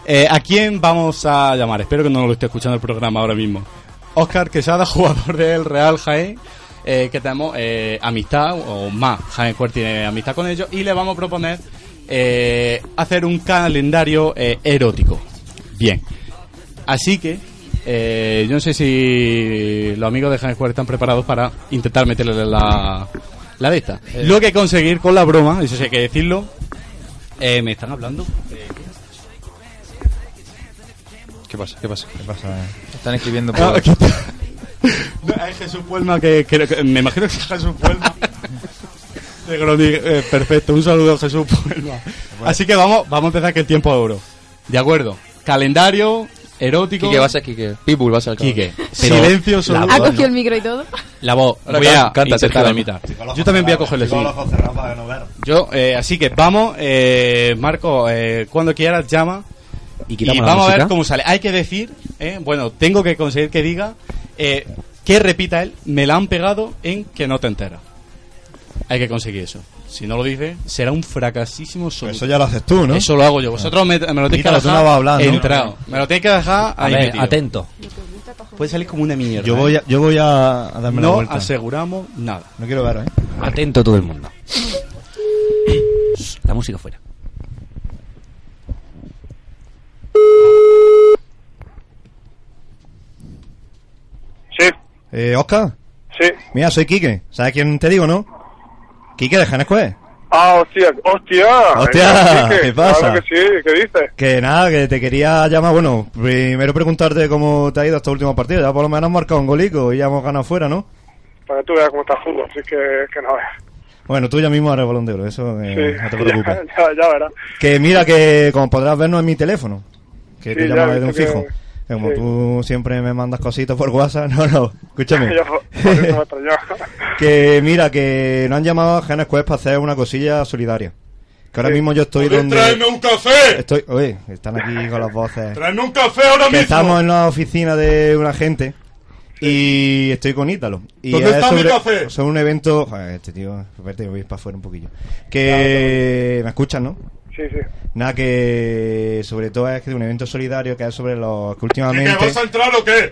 B: Eh, ¿A quién vamos a llamar? Espero que no lo esté escuchando el programa ahora mismo. Oscar Quesada, jugador del Real Jaén, eh, que tenemos eh, amistad, o más, Jaén Cuer tiene amistad con ellos, y le vamos a proponer eh, hacer un calendario eh, erótico. Bien. Así que, eh, yo no sé si los amigos de James Square están preparados para intentar meterle la, la de esta. Lo que conseguir con la broma, eso sí hay que decirlo. Eh, ¿Me están hablando?
C: ¿Qué pasa? ¿Qué pasa?
H: ¿Qué pasa? eh?
C: Están escribiendo por...
B: Ah, aquí está. No, es Jesús Puelma que, creo que- me imagino que es Jesús Puelma. De Groning, eh, perfecto, un saludo a Jesús Puelma. Así que vamos, vamos a empezar que el tiempo es oro. De acuerdo. Calendario erótico.
C: Quique va a ser Quique. Pitbull va a ser el cabrón.
B: Quique.
C: Pero-
B: Silencio solo.
F: Ha cogido el micro y todo.
B: La voz.
C: Ahora
B: voy
C: canta,
B: a
C: canta,
B: intentar
C: Sergio,
B: imitar.
H: Con los
B: Yo también voy a
H: ojos
B: cogerle,
H: cerrados,
B: sí.
H: con los ojos cerrados para no ver.
B: Yo, eh, así que vamos, eh, Marco, eh, cuando quieras llama
D: Y
B: y,
D: quitamos la
B: vamos a ver
D: música.
B: cómo sale. Hay que decir, eh, bueno, tengo que conseguir que diga eh, que repita él, me la han pegado en que no te entera. Hay que conseguir eso. Si no lo dice, será un fracasísimo
H: Pero
B: solo.
H: Eso ya lo haces tú, ¿no?
B: Eso lo hago yo. Vosotros me, me lo tenéis que
H: Quítalo, tú
B: dejar
H: no vas a hablar, ¿no?
B: entrado. Me lo tenéis que dejar
D: A
B: ahí
D: ver,
B: metido.
D: atento.
B: Puede salir como una mierda.
H: Yo
B: ¿eh?
H: voy a, yo voy a, a darme la
B: No
H: vuelta.
B: aseguramos nada.
H: No quiero ver, ¿eh?
D: Atento todo el mundo. La música fuera.
L: Sí,
H: Eh, Oscar,
L: sí.
H: mira, soy Quique. ¿Sabes quién te digo, no? Quique de Janescué.
L: Ah, hostia, hostia.
H: Hostia,
L: Sí que-
H: ¿qué pasa?
L: Claro que sí, ¿qué dices?
H: Que nada, que te quería llamar. Bueno, primero preguntarte cómo te ha ido esta última partida. Ya por lo menos has marcado un golico y ya hemos ganado fuera, ¿no?
L: Para que tú veas cómo está el fútbol, así que, que no veas.
H: Bueno, tú ya mismo harás balón de oro, eso eh,
L: Sí,
H: no te preocupes.
L: Ya, ya, ya verás.
H: Que mira, que como podrás vernos en mi teléfono, que
L: Sí,
H: te
L: ya
H: llamo
L: he
H: desde un
L: visto
H: fijo.
L: que-
H: Que Como
L: sí.
H: tú siempre me mandas cositas por WhatsApp, no, no, escúchame.
L: Ya, por eso me extrañó.
H: que mira, que nos han llamado a Genes Quest para hacer una cosilla solidaria. Que ahora
L: Sí.
H: mismo yo estoy
L: ¿Podéis
H: donde.
L: Pues traerme un café?
H: Estoy, oye, están aquí con las voces.
L: Traedme un café ahora
H: Que
L: mismo.
H: Estamos en la oficina de una gente y estoy con Ítalo. Y
L: ¿Dónde
H: es
L: está mi
H: sobre,
L: café?
H: sobre un evento. Joder, este tío, espérate, voy para afuera un poquillo. Que me escuchan, ¿no?
L: Sí, sí.
H: Nada, que sobre todo es que de un evento solidario que es sobre los que últimamente.
L: ¿Y que vas a entrar o qué?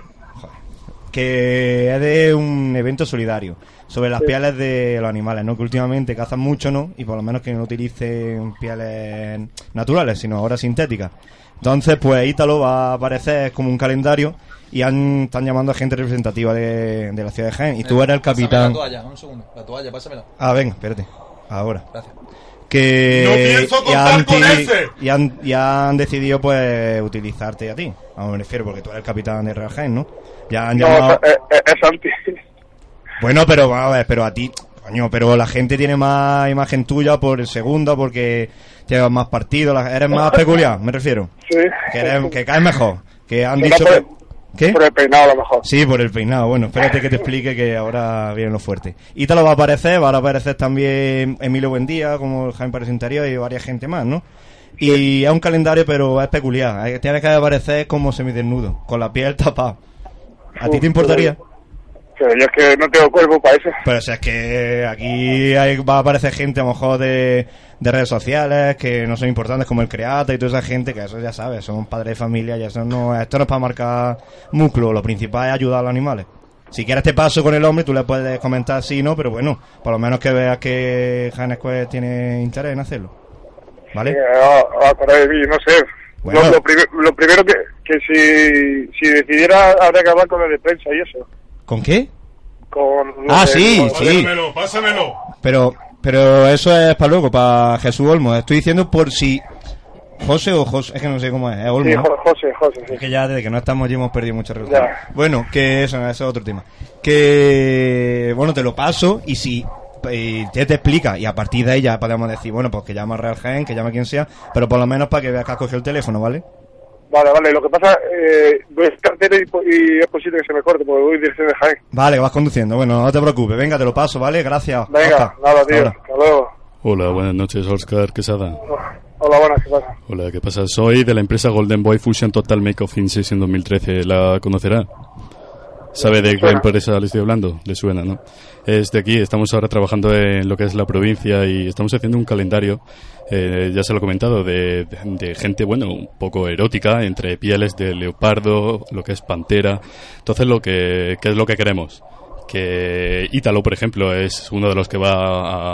H: que es de un evento solidario sobre las
L: Sí.
H: pieles de los animales, ¿no? Que últimamente cazan mucho, ¿no? Y por lo menos que no utilicen pieles naturales, sino ahora sintéticas. Entonces, pues Ítalo va a aparecer como un calendario y han, están llamando a gente representativa de, de la ciudad de Jaén. Y tú eres el
C: Pásame
H: capitán.
C: La toalla, un segundo. La toalla, pásamela.
H: Ah, venga, espérate. Ahora.
C: Gracias.
H: Que
C: No pienso contar
H: han
C: con
H: ti-
C: ese.
H: Y han, y han decidido, pues, utilizarte a ti. A me refiero, porque tú eres el capitán de Real Jaén, ¿no? Ya han
L: No,
H: llamado...
C: eh,
L: es, Eh, es- es Santi.
H: Bueno, pero vamos a ver, pero a ti, coño, pero la gente tiene más imagen tuya por el segundo, porque llevas más partidos, la- eres más peculiar, me refiero.
L: Sí.
H: Que, eres- que caes mejor. Que han
L: Será
H: dicho
L: por
H: que...
L: el- Por el peinado, a lo mejor.
H: Sí, por el peinado. Bueno, espérate que te explique que ahora viene lo fuerte. Y te lo va a aparecer, van a aparecer también Emilio Buendía, como el Jaime Presentario y varias gente más, ¿no? Y es un calendario, pero es peculiar. Eh, Tienes que aparecer como semidesnudo, con la piel tapada. ¿A ti te importaría?
L: Pero yo es que no tengo cuerpo para eso.
H: Pero si es que aquí hay- va a aparecer gente a lo mejor de, de redes sociales que no son importantes como el Creata y toda esa gente que eso ya sabes, son padres de familia y eso no, esto no es para marcar músculo, lo principal es ayudar a los animales. Si quieres te paso con el hombre, tú le puedes comentar sí no, pero bueno, por lo menos que veas que Janes Quest tiene interés en hacerlo. ¿Vale?
L: Eh, a- a través de mí, no sé.
H: Bueno.
L: Lo, lo prim- lo primero que, que si, si decidiera, habría que hablar con la de prensa y eso.
H: ¿Con qué?
L: Con,
H: Ah, sí, sí.
L: Pásamelo, pásamelo.
H: Pero, pero eso es para luego, para Jesús Olmo. Estoy diciendo por si... José o José, es que no sé cómo es, es Olmo.
L: Sí,
H: ¿no?
L: Jo- José, José, sí.
H: Que ya desde que no estamos ya hemos perdido muchas relaciones.
L: Ya.
H: Bueno, que eso, eso es otro tema. Que bueno, te lo paso y si y ya te explica y a partir de ahí ya podemos decir, bueno, pues que llama a Real Gen, que llama a quien sea, pero por lo menos para que veas que has cogido el teléfono, ¿vale?
L: Vale, vale, lo que pasa, eh, voy a cartera y, po- y es posible que se me corte porque voy en dirección de Jaén.
H: Vale, que vas conduciendo. Bueno, no te preocupes, venga, te lo paso, ¿vale? Gracias.
L: Venga,
H: Oscar.
L: nada, tío,
H: Ahora.
L: hasta luego.
B: Hola, buenas noches, Oscar Quesada.
L: Hola, buenas, ¿qué pasa?
B: Hola, ¿qué pasa? Soy de la empresa Golden Boy Fusion Total Make of Insects en 2013. ¿La conocerá? ¿Sabe de qué empresa le estoy hablando? Le suena, ¿no? Es de aquí, estamos ahora trabajando en lo que es la provincia y estamos haciendo un calendario, eh, ya se lo he comentado, de, de- de gente, bueno, un poco erótica, entre pieles de leopardo, lo que es pantera. Entonces, lo que, ¿qué es lo que queremos? que Ítalo, por ejemplo, es uno de los que va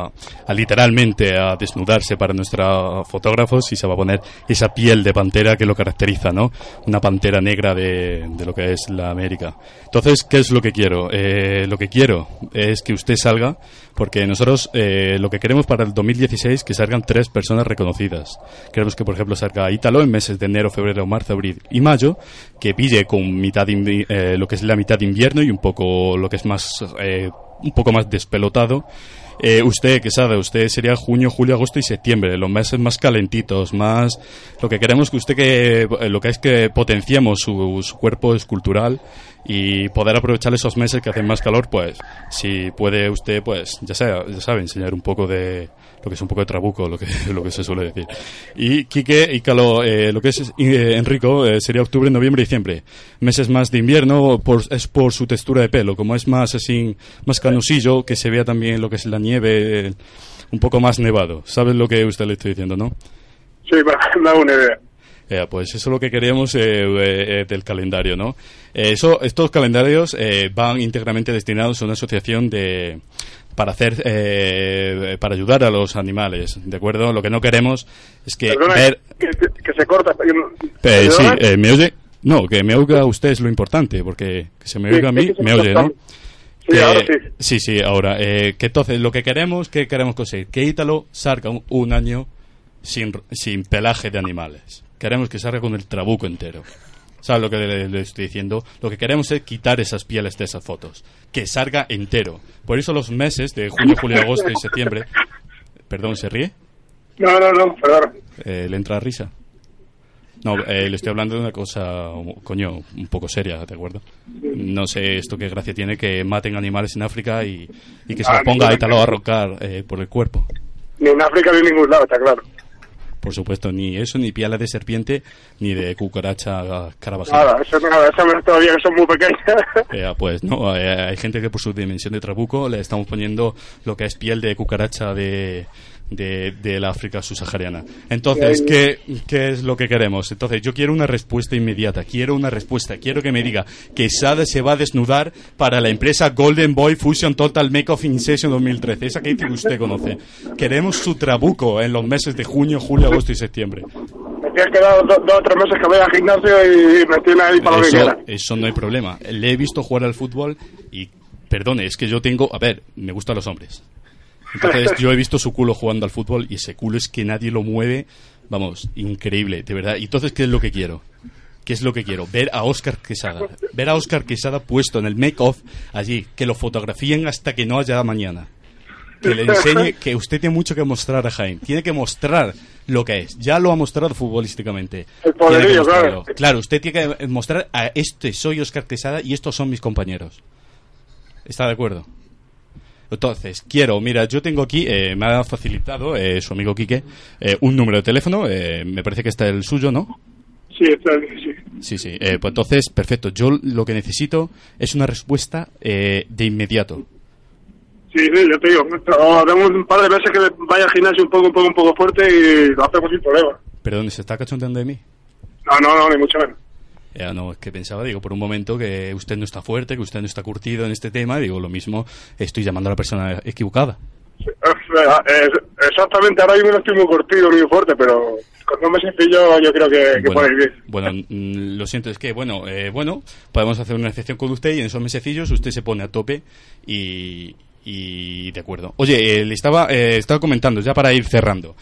B: a, a literalmente a desnudarse para nuestros fotógrafos y se va a poner esa piel de pantera que lo caracteriza, ¿no? Una pantera negra de, de lo que es la América. Entonces, ¿qué es lo que quiero? Eh, lo que quiero es que usted salga, porque nosotros eh, lo que queremos para el 2016 que salgan tres personas reconocidas. Queremos que, por ejemplo, salga Ítalo en meses de enero, febrero, marzo, abril y mayo, que pille con mitad de invi- eh, lo que es la mitad de invierno y un poco lo que es más eh, un poco más despelotado. Eh, usted, que sabe, usted sería junio, julio, agosto y septiembre, los meses más calentitos, más lo que queremos que usted que eh, lo que es que potenciemos su, su cuerpo escultural y poder aprovechar esos meses que hacen más calor, pues si puede usted, pues ya sea, ya sabe, enseñar un poco de lo que es un poco de trabuco, lo que lo que se suele decir. Y Quique y Calo, eh, lo que es eh, Enrico eh, sería octubre, noviembre y diciembre, meses más de invierno por, es por su textura de pelo, como es más así, más canusillo, que se vea también lo que es la nieve, eh, un poco más nevado. ¿Sabes lo que usted le estoy diciendo, no?
L: Sí, va, me hago una idea.
B: Eh, pues eso es lo que queríamos eh, eh, eh, del calendario, ¿no? Eh, eso, estos calendarios eh, van íntegramente destinados a una asociación de para hacer eh, para ayudar a los animales, ¿de acuerdo? Lo que no queremos es que
L: Perdona,
B: ver
L: que, que- que se corta. yo no-
B: eh, sí,
L: ¿Perdona?
B: eh, me oye. No, que me oiga usted es lo importante, porque que se me
L: Sí,
B: oiga a
L: es
B: mí,
L: que se
B: me
L: me
B: oye,
L: corta.
B: ¿no?
L: Sí,
B: que-
L: ahora sí.
B: Eh, sí, sí, ahora. eh, que entonces, lo que queremos, ¿qué queremos conseguir? Que Ítalo salga un, un año sin, r- sin pelaje de animales. Queremos que salga con el trabuco entero. ¿Sabes lo que le, le estoy diciendo? Lo que queremos es quitar esas pieles de esas fotos. Que salga entero. Por eso los meses de junio, julio, agosto y septiembre. Perdón, ¿se ríe?
L: No, no, no, perdón.
B: Eh, ¿Le entra risa? No, eh, le estoy hablando de una cosa, coño, un poco seria, ¿de acuerdo? No sé esto qué gracia tiene que maten animales en África y, y que se
L: Ah,
B: los ponga a
L: no.
B: Italo a rocar eh, por el cuerpo.
L: Ni en África ni en ningún lado, está claro.
B: Por supuesto, ni eso, ni piala de serpiente, ni de cucaracha ah, carabajal.
L: Nada, eso nada, eso menos todavía que son muy pequeñas.
B: Eh, pues no, eh, hay gente que por su dimensión de trabuco le estamos poniendo lo que es piel de cucaracha de, de, de la África subsahariana. Entonces, ¿qué, ¿qué es lo que queremos? Entonces, yo quiero una respuesta inmediata, quiero una respuesta, quiero que me diga que Sade se va a desnudar para la empresa Golden Boy Fusion Total Make-off Incession 2013, esa que dice que usted conoce. Queremos su trabuco en los meses de junio, julio, agosto y septiembre.
L: Me tienes que dar dos, dos o tres meses que voy al gimnasio y me tienes ahí para lo que
B: Eso,
L: quieras.
B: eso no hay problema. Le he visto jugar al fútbol y, perdone, es que yo tengo, a ver, me gustan los hombres. Entonces yo he visto su culo jugando al fútbol y ese culo es que nadie lo mueve. Vamos, increíble, de verdad. Y entonces, ¿qué es lo que quiero? ¿Qué es lo que quiero? Ver a Oscar Quesada. Ver a Oscar Quesada puesto en el make-off allí. Que lo fotografíen hasta que no haya mañana. Que le enseñe que usted tiene mucho que mostrar a Jaén. Tiene que mostrar lo que es. Ya lo ha mostrado futbolísticamente. Tiene
L: El
B: que
L: poderío,
B: mostrarlo.
L: claro.
B: Claro, usted tiene que mostrar a este soy Oscar Quesada y estos son mis compañeros. ¿Está de acuerdo? Entonces, quiero, mira, yo tengo aquí, eh, me ha facilitado eh, su amigo Quique eh, un número de teléfono, eh, me parece que está el suyo, ¿no?
L: Sí, está bien, sí.
B: Sí, sí. Eh, pues entonces, perfecto. Yo lo que necesito es una respuesta eh, de inmediato.
L: Sí, sí, yo te digo, o damos un par de veces que vaya al gimnasio un poco, un poco, un poco fuerte y lo hacemos sin problema.
B: Perdón, ¿se está cachondeando de mí?
L: No, no, no, ni mucho menos.
B: Eh, no, es que pensaba, digo, por un momento que usted no está fuerte, que usted no está curtido en este tema. Digo, lo mismo, estoy llamando a la persona equivocada.
L: Eh, Exactamente, ahora mismo no estoy muy cortido ni muy fuerte, pero con dos meses yo, yo creo que, que podéis bien.
B: Bueno, mm, lo siento, es que, bueno, eh, bueno, podemos hacer una excepción con usted y en esos mesecillos usted se pone a tope y, y de acuerdo. Oye, eh, le estaba, eh, estaba comentando, ya para ir cerrando.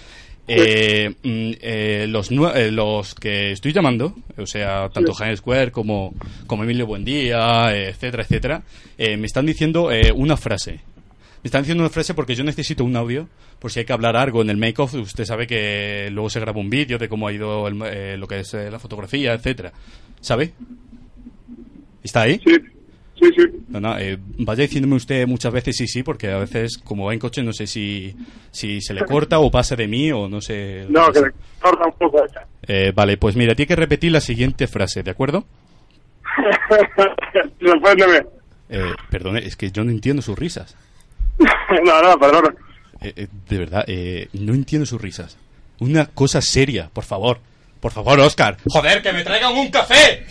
B: Eh, mm, eh, los, nue- eh, los que estoy llamando, o sea, tanto Jaime Square como, como Emilio Buendía, eh, etcétera, etcétera, eh, me están diciendo eh, una frase. Me están diciendo una frase porque yo necesito un audio, por si hay que hablar algo en el make-off. Usted sabe que luego se graba un vídeo de cómo ha ido el ma- eh, lo que es eh, la fotografía, etcétera. ¿Sabe? ¿Está ahí? Sí,
L: sí, sí.
B: No, no, eh, vaya diciéndome usted muchas veces sí, sí, porque a veces, como va en coche, no sé si, si se le corta o pasa de mí o no sé.
L: No, que le corta un poco.
B: Eh, vale, pues mira, tiene que repetir la siguiente frase, ¿de acuerdo?
L: Sorpréndeme.
B: Eh, perdone, es que yo no entiendo sus risas.
L: No, no, perdón.
B: Eh, eh, de verdad, eh, no entiendo sus risas. Una cosa seria, por favor. Por favor, Oscar. Joder, que me traigan un café.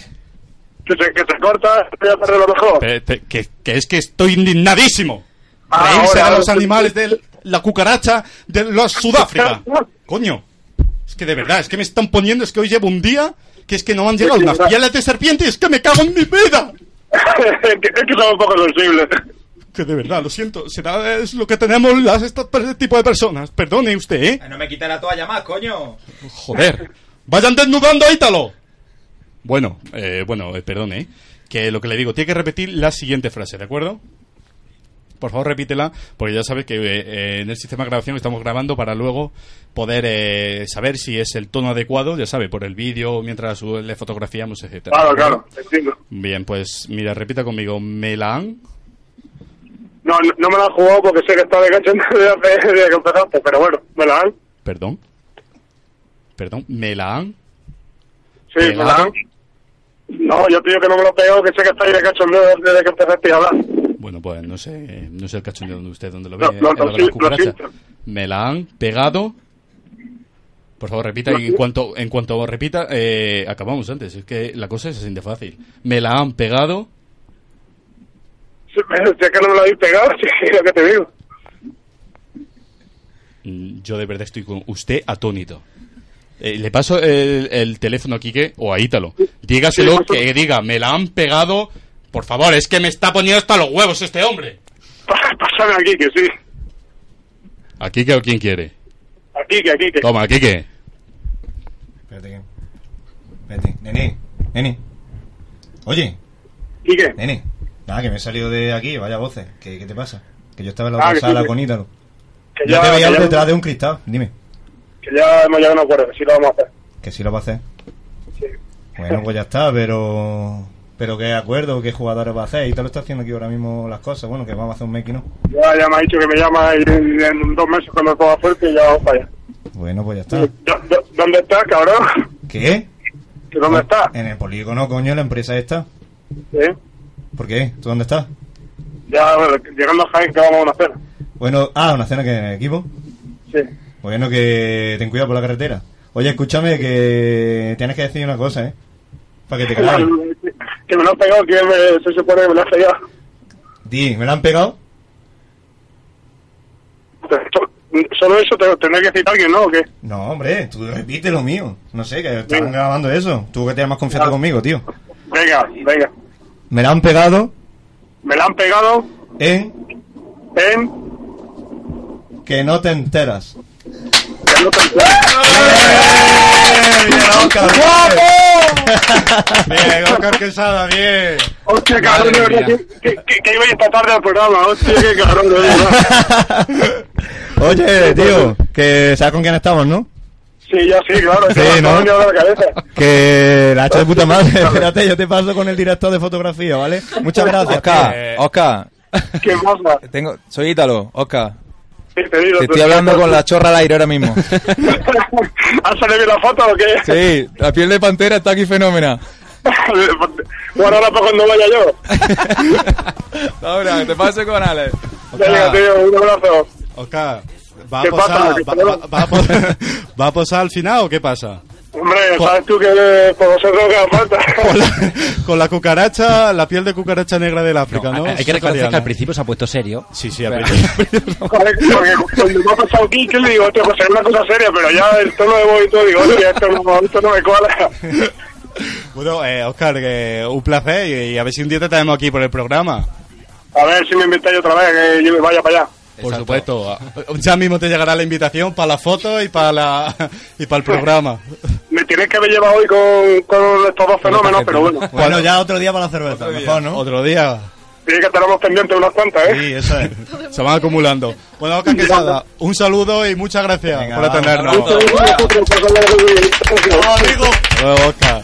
L: Que se, que se corta, voy a perder lo mejor.
B: Eh, te- que, que es que estoy indignadísimo.
L: Ah,
B: Reírse
L: ahora,
B: a los
L: ahora.
B: animales de la cucaracha de los Sudáfrica. Coño. Es que de verdad, es que me están poniendo, es que hoy llevo un día que es que no han llegado unas pieles de serpiente, es que me cago en mi vida.
L: es que somos un poco sensibles.
B: Que de verdad, lo siento, será es lo que tenemos las este tipo de personas. Perdone usted, ¿eh?
H: No me quita la toalla más, coño.
B: Joder. Vayan desnudando a Ítalo. Bueno, eh, bueno, eh, perdone, ¿eh? que lo que le digo, tiene que repetir la siguiente frase, ¿de acuerdo? Por favor, repítela, porque ya sabes que eh, eh, en el sistema de grabación estamos grabando para luego poder eh, saber si es el tono adecuado, ya sabe, por el vídeo, mientras su- le fotografiamos, etcétera.
L: Claro, claro, entiendo.
B: Bien, pues mira, repita conmigo, me la han...
L: No, no, no me la han jugado porque sé que está de cacho desde hace- desde que empezaste, pero bueno, me la han.
B: Perdón. Perdón, me la han...
L: Sí, me la han. No, yo te digo que no me lo pego, que sé que está ahí de cacho desde que empezaste a hablar.
B: Bueno, pues no sé, eh, no sé el cachondeo de usted donde lo ve.
L: No,
B: eh,
L: no,
B: eh, lo
L: no,
B: de las
L: sí, lo
B: cucarachas. Me la han pegado. Por favor, repita. y en cuanto en cuanto repita, eh, acabamos antes. Es que la cosa se siente fácil. Me la han pegado.
L: Si si es que no me lo habéis pegado, si es lo que te digo.
B: Mm, Yo de verdad estoy con usted atónito. Eh, le paso el, el teléfono a Quique o a Ítalo. Dígaselo que diga, me la han pegado Por favor, es que me está poniendo hasta los huevos este hombre.
L: Pásame aquí, que sí.
M: ¿A Kike o quién quiere?
L: Aquí, que aquí, que.
M: Toma, Kike.
H: Espérate que. Espérate. Nene, nene. Oye.
L: ¿Y qué?
H: Nene. Nada, que me he salido de aquí, vaya voces. ¿Qué, qué te pasa? Que yo estaba en la
L: Ah,
H: otra
L: que sí,
H: sala
L: que-
H: con Ítalo.
L: Que
H: Yo
L: ya,
H: te veía
L: que ya-
H: detrás de un cristal. Dime.
L: que ya hemos llegado a un acuerdo, que sí lo vamos a hacer.
H: Que sí lo va a hacer. Bueno, pues ya está, pero. Pero qué acuerdo, qué jugadores va a hacer. Ítalo está haciendo aquí ahora mismo las cosas. Bueno, que vamos a hacer un making ¿no?
L: Ya, ya me ha dicho que me llama en, en dos meses cuando todo fuerte y ya vamos para allá.
H: Bueno, pues ya está.
L: Ya, do- ¿Dónde estás, cabrón?
H: ¿Qué? Ah,
L: ¿Que ¿Dónde estás?
H: En el polígono, coño, la empresa esta.
L: ¿Eh?
H: ¿Por qué? ¿Tú dónde estás?
L: Ya, bueno, llegando a Jaén, que vamos a una cena.
H: Bueno, ah, una cena que en el equipo.
L: Sí.
H: Bueno, que ten cuidado por la carretera. Oye, escúchame que tienes que decir una cosa, ¿eh? Para que te calles.
L: eh, Que me lo has pegado, que me- se supone que me lo has pegado.
H: Di, ¿me la han pegado?
L: Solo eso te, tendré que citar alguien, ¿no? ¿O qué?
H: No, hombre, tú repite lo mío. No sé, que estaban grabando eso. Tú que tienes más confianza conmigo, tío.
L: Venga, venga.
H: Me la han pegado
L: Me la han pegado
H: en
L: en...
H: que no te enteras.
L: Que no te
H: ¡Eh! Bien, Oscar Quesada, bien.
L: Hostia, cabrón, de verdad, que, que, que iba a ir esta tarde al programa. Hostia, qué cabrón, de verdad.
H: Oye, tío, que sabes con quién estamos, ¿no?
L: Sí, ya sí, claro.
H: Sí,
L: que me
H: ¿no?
L: ha venido a la cabeza.
H: Que la hecho de puta madre. Espérate, yo te paso con el director de fotografía, ¿vale? Muchas gracias. Eh,
C: Oscar,
H: tío.
C: Oscar.
L: ¿Qué pasa?
C: Tengo, soy Ítalo, Oscar.
L: digo,
C: Te
L: tú-
C: estoy hablando con la chorra al aire ahora mismo.
L: ¿Has salido bien la foto o qué?
C: Sí, la piel de pantera está aquí fenómena.
L: bueno, ahora para cuando vaya yo.
C: Ahora, te paso con Alex.
H: Pues
L: Venga, tío, un abrazo.
B: Oscar, ¿va a,
L: ¿Qué
B: posar,
L: pasa? ¿Qué
B: va,
L: tal?
B: va- va a posar- ¿va a posar al final o qué pasa?
L: Hombre, sabes tú que eh, por vosotros que haga falta.
B: Con la cucaracha, la piel de cucaracha negra del África, ¿no?
D: Hay que reconocer que
H: ¿eh?
B: Subsahariana.
D: al principio se ha puesto serio.
B: Sí, sí,
D: al
L: Joder, eh, Porque cuando me ha pasado aquí, que le digo, hostia, pues es una cosa seria, pero ya el tono de voz y todo, digo, hostia, esto no, esto no me cuadra.
B: Bueno, eh, Oscar, que un placer y, y a ver si un día te tenemos aquí por el programa.
L: A ver si me inventáis otra vez, que yo me vaya para allá.
B: Por supuesto. a- Ya mismo te llegará la invitación para la foto y para la y para el programa.
L: Me tienes que haber llevado hoy con, con estos dos fenómenos, pero bueno.
H: pues Bueno, ya otro día para la cerveza, mejor, ¿no?
B: Otro día.
L: Tiene que tenemos pendiente unas cuantas, ¿eh?
H: Sí, eso es.
B: Se van acumulando. Bueno, Oscar Quesada, un saludo y muchas gracias por atendernos. Hasta luego, Oscar.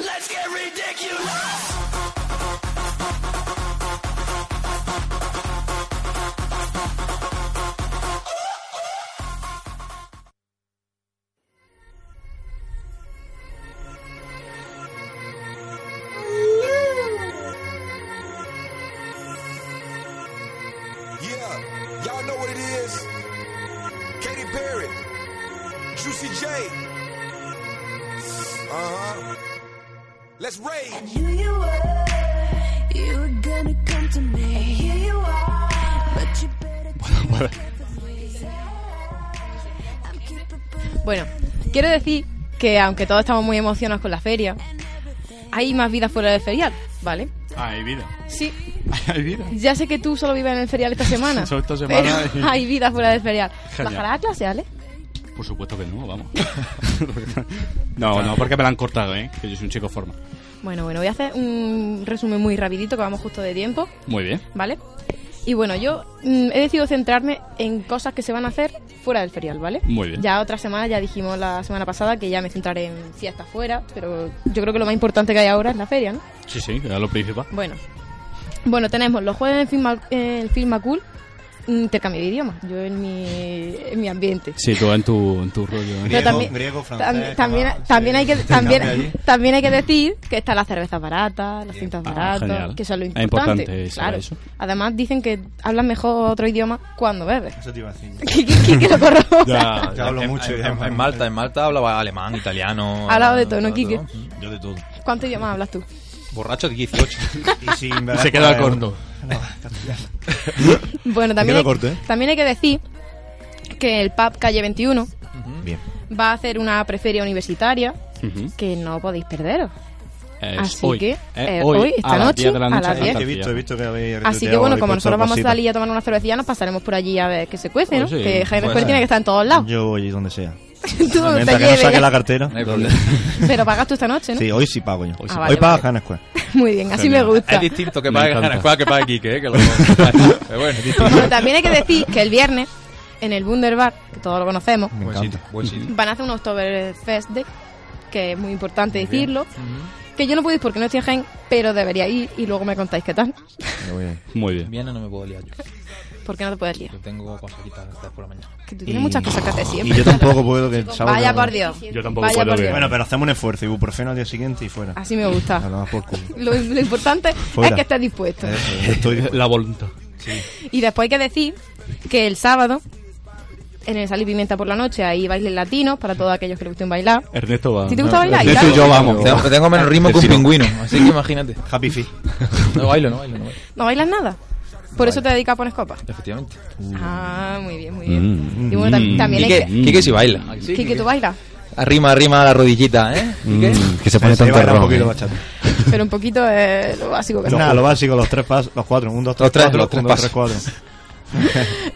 J: Let's get ridiculous.
N: Yeah, y'all know what it is. Katy Perry, Juicy J. Uh huh. Let's rage.
I: I knew you were, you were gonna come to me. Here you are, but you better
B: Bueno.
F: Bueno, quiero decir que aunque todos estamos muy emocionados con la feria, hay más vida fuera del ferial, ¿vale?
B: Hay vida.
F: Sí,
B: Hay vida.
F: ya sé que tú solo vives en el ferial esta semana.
B: Solo esta semana
F: pero
B: y-
F: hay vida fuera del ferial.
B: Genial.
F: ¿Bajará a clase, Ale?
B: Por supuesto que no, vamos. no, no, porque me la han cortado, ¿eh? Que yo soy un chico forma.
F: Bueno, bueno, voy a hacer un resumen muy rapidito que vamos justo de tiempo,
B: Muy bien.
F: ¿vale? Y bueno, yo mm, he decidido centrarme en cosas que se van a hacer fuera del ferial, ¿vale?
B: Muy bien.
F: Ya otra semana, ya dijimos la semana pasada que ya me centraré en fiestas fuera, pero yo creo que lo más importante que hay ahora es la feria, ¿no?
B: Sí, sí, que era lo principal.
F: Bueno. Bueno, tenemos los jueves en Filma, en Filmacool, intercambio de idiomas, yo en mi, en mi ambiente.
B: Sí, tú en tu, en tu rollo. ¿eh?
F: Pero también, tam- también, también hay que, también, también hay que decir que están las cervezas baratas, las cintas
B: Ah,
F: baratas,
B: genial.
F: que son lo
B: Es
F: importante.
B: importante eso,
F: claro.
B: eso.
F: Además dicen que hablas mejor otro idioma cuando bebes.
H: Eso te iba a decir.
F: que lo corrobora.
C: Ya,
H: Yo hablo mucho,
C: En,
H: ya
C: en- en Malta, en Malta hablaba alemán, italiano.
F: Hablaba de todo, ¿no, Quique?
C: Yo de todo.
F: ¿Cuántos idiomas hablas tú?
C: Borracho 18.
H: y, sin
C: se queda al corto.
F: Bueno,
C: Me
F: también
C: quedo
F: hay,
C: corto, ¿eh?
F: también hay que decir que el pub Calle 21
B: Bien.
F: va a hacer una preferia universitaria que no podéis perderos.
B: Es
F: Así
B: hoy.
F: que
B: Es
F: eh,
B: hoy,
F: hoy,
B: a
F: esta
B: las
F: noche,
B: 10 de la
F: a
B: noche,
F: las 10.
B: fantasía. He visto, he
H: visto que habéis
F: Así que bueno, como nosotros vamos a salir a tomar una cervecilla, nos pasaremos por allí a ver qué se cuece, ¿no?
H: Pues sí,
F: que Jaime
H: puede
F: Square
H: ser.
F: tiene que estar en todos lados.
H: Yo voy donde sea.
F: Tú donde
H: Mientras
F: te
H: que no
F: lleve.
H: saque la cartera.
F: Pero pagas tú esta noche, ¿no?
H: Sí, hoy sí pago yo. Hoy,
F: sí Ah, pago. vale,
H: paga Hannah Square.
F: Muy bien, así me gusta.
C: Es distinto que
H: Me
C: pague
H: encanta.
C: Juega que pague Quique, ¿eh? Que lo... Pero bueno, es distinto.
F: Bueno, también hay que decir que el viernes, en el Wunderbar, que todos lo conocemos,
C: Buen sitio, buen sitio.
F: van a hacer un Oktoberfest Day, que es muy importante decirlo. Que yo no puedo ir porque no estoy en Jaén, pero debería ir y luego me contáis qué tal.
B: Muy bien.
C: Viene no me puedo liar yo.
F: Porque no te puedes liar.
C: Yo tengo cosas que hacer por la mañana.
F: Que tú tienes muchas cosas que hacer siempre.
H: Y yo tampoco puedo que el
F: Chicos,
H: sábado.
F: vaya
H: no-
F: por Dios. Yo tampoco Vaya puedo por que- Dios.
H: Bueno, pero hacemos un esfuerzo. Ibuprofeno al día siguiente y fuera.
F: Así me gusta.
H: No, no, por culo.
F: Lo, lo importante es
H: Fuera.
F: que estés dispuesto.
H: Eso, estoy
B: La voluntad.
F: Y después hay que decir que el sábado, en el Sal y Pimienta por la noche, hay bailes latinos para todos aquellos que les gusten bailar.
B: Ernesto va.
F: Si te gusta bailar,
B: Ernesto y
F: claro.
B: yo vamos.
C: Tengo, tengo menos ritmo que un
B: Decimos.
C: pingüino, así que imagínate.
H: Happy Feet.
C: No bailo, no bailo, no bailo.
F: ¿No bailas nada? Por eso te dedicas a poner copas.
C: Efectivamente.
F: Ah, muy bien, muy
H: Mm.
F: bien. Y bueno, tam- también hay
C: Mm. Quique,
F: que...
C: Quique sí baila.
F: ¿Qué, que tú bailas?
C: Arrima, arrima la rodillita,
H: Mm.
C: ¿eh?
B: Mm,
C: Quique.
D: que se pone
H: Sí,
D: tonto
H: baila un
D: rojo.
H: poquito
D: ¿eh?
H: bachata.
F: Pero un poquito es lo básico que
H: Nada,
F: se
H: lo
F: puede.
H: básico, los tres pasos, los cuatro. Un, dos, tres,
C: Los tres,
H: cuatro,
C: los tres
H: un, dos, tres, cuatro.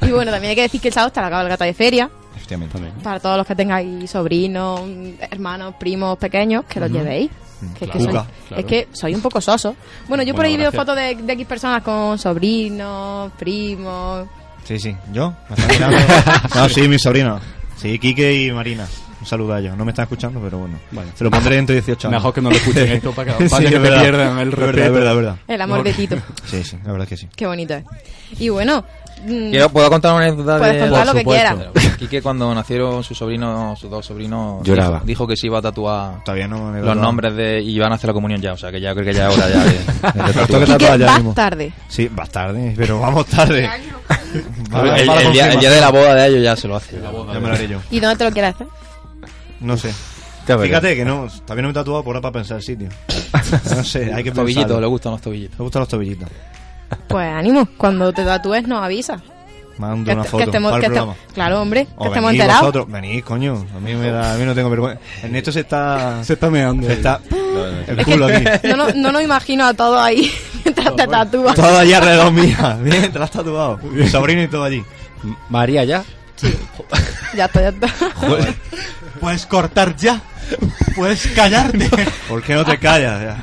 F: Y bueno, también hay que decir que el sábado está la cabalgata de feria.
H: Efectivamente.
F: Para todos los que tengáis sobrinos, hermanos, primos pequeños, que los
H: Ujú.
F: llevéis. Que es, que
H: Cuca,
F: soy,
H: claro.
F: es que soy un poco soso. Bueno, yo por
H: Bueno,
F: ahí veo
H: gracias.
F: fotos de, de X personas con sobrinos, primos.
H: Sí, sí. ¿Yo? ¿Me están mirando? no, sí, mi sobrino. Sí, Quique y Marina. Un saludo a ellos. No me están escuchando, pero bueno. Se lo pondré dentro de 18 años.
B: Mejor que no lo escuchen esto para que-
H: Sí,
B: para que
H: es
B: te
H: verdad.
B: pierdan el
H: Es verdad,
B: respeto.
H: Es verdad, es verdad.
F: El amor de Tito.
H: Sí, sí, la verdad es que sí.
F: Qué bonito es. Y bueno. mm,
C: Quiero- ¿Puedo contar una anécdota?
F: Puedes
C: de-
F: contar
C: Por
F: lo que
C: supuesto.
F: quieras.
C: Quique, cuando nacieron sus sobrinos, sus dos sobrinos,
D: Lloraba.
C: Dijo, dijo que se iba a tatuar
H: Todavía no
C: los nombres de. y van a hacer la comunión ya, o sea que ya creo que ya es hora ya de. de tatuar.
H: Tengo que tatuar ya
F: vas
H: mismo.
F: tarde.
H: Sí, vas tarde, pero vamos tarde.
C: El, el día, el día de la boda de ellos ya se lo hace.
H: Ya me lo haré yo.
F: ¿Y dónde te lo quieres hacer?
H: No sé. Fíjate que no, también no me he tatuado por ahora para pensar el sitio. No sé, hay que
C: Tobillitos,
H: pensarlo.
C: le gustan los tobillitos.
H: Le gustan los tobillitos.
F: Pues ánimo, cuando te tatúes nos avisa.
H: Mando
F: Que,
H: una
F: te-
H: foto
F: que estemos,
H: para
F: que
H: el
F: estemos-
H: programa.
F: claro, hombre, que
H: O
F: estemos
H: venid
F: enterados.
H: vosotros. Venid, coño. A mí, me da, a mí no tengo vergüenza. Ernesto se está... Se
B: está meando.
H: Se está... El
F: Es que
H: culo aquí.
F: no, no, no nos imagino a todos ahí mientras te tatúas.
H: Todo allá alrededor mía. Bien, te lo has tatuado. Mi sobrino y todo allí.
D: María ya.
F: Ya está, ya está.
O: Puedes cortar ya. Puedes callarte.
H: ¿Por qué no te callas?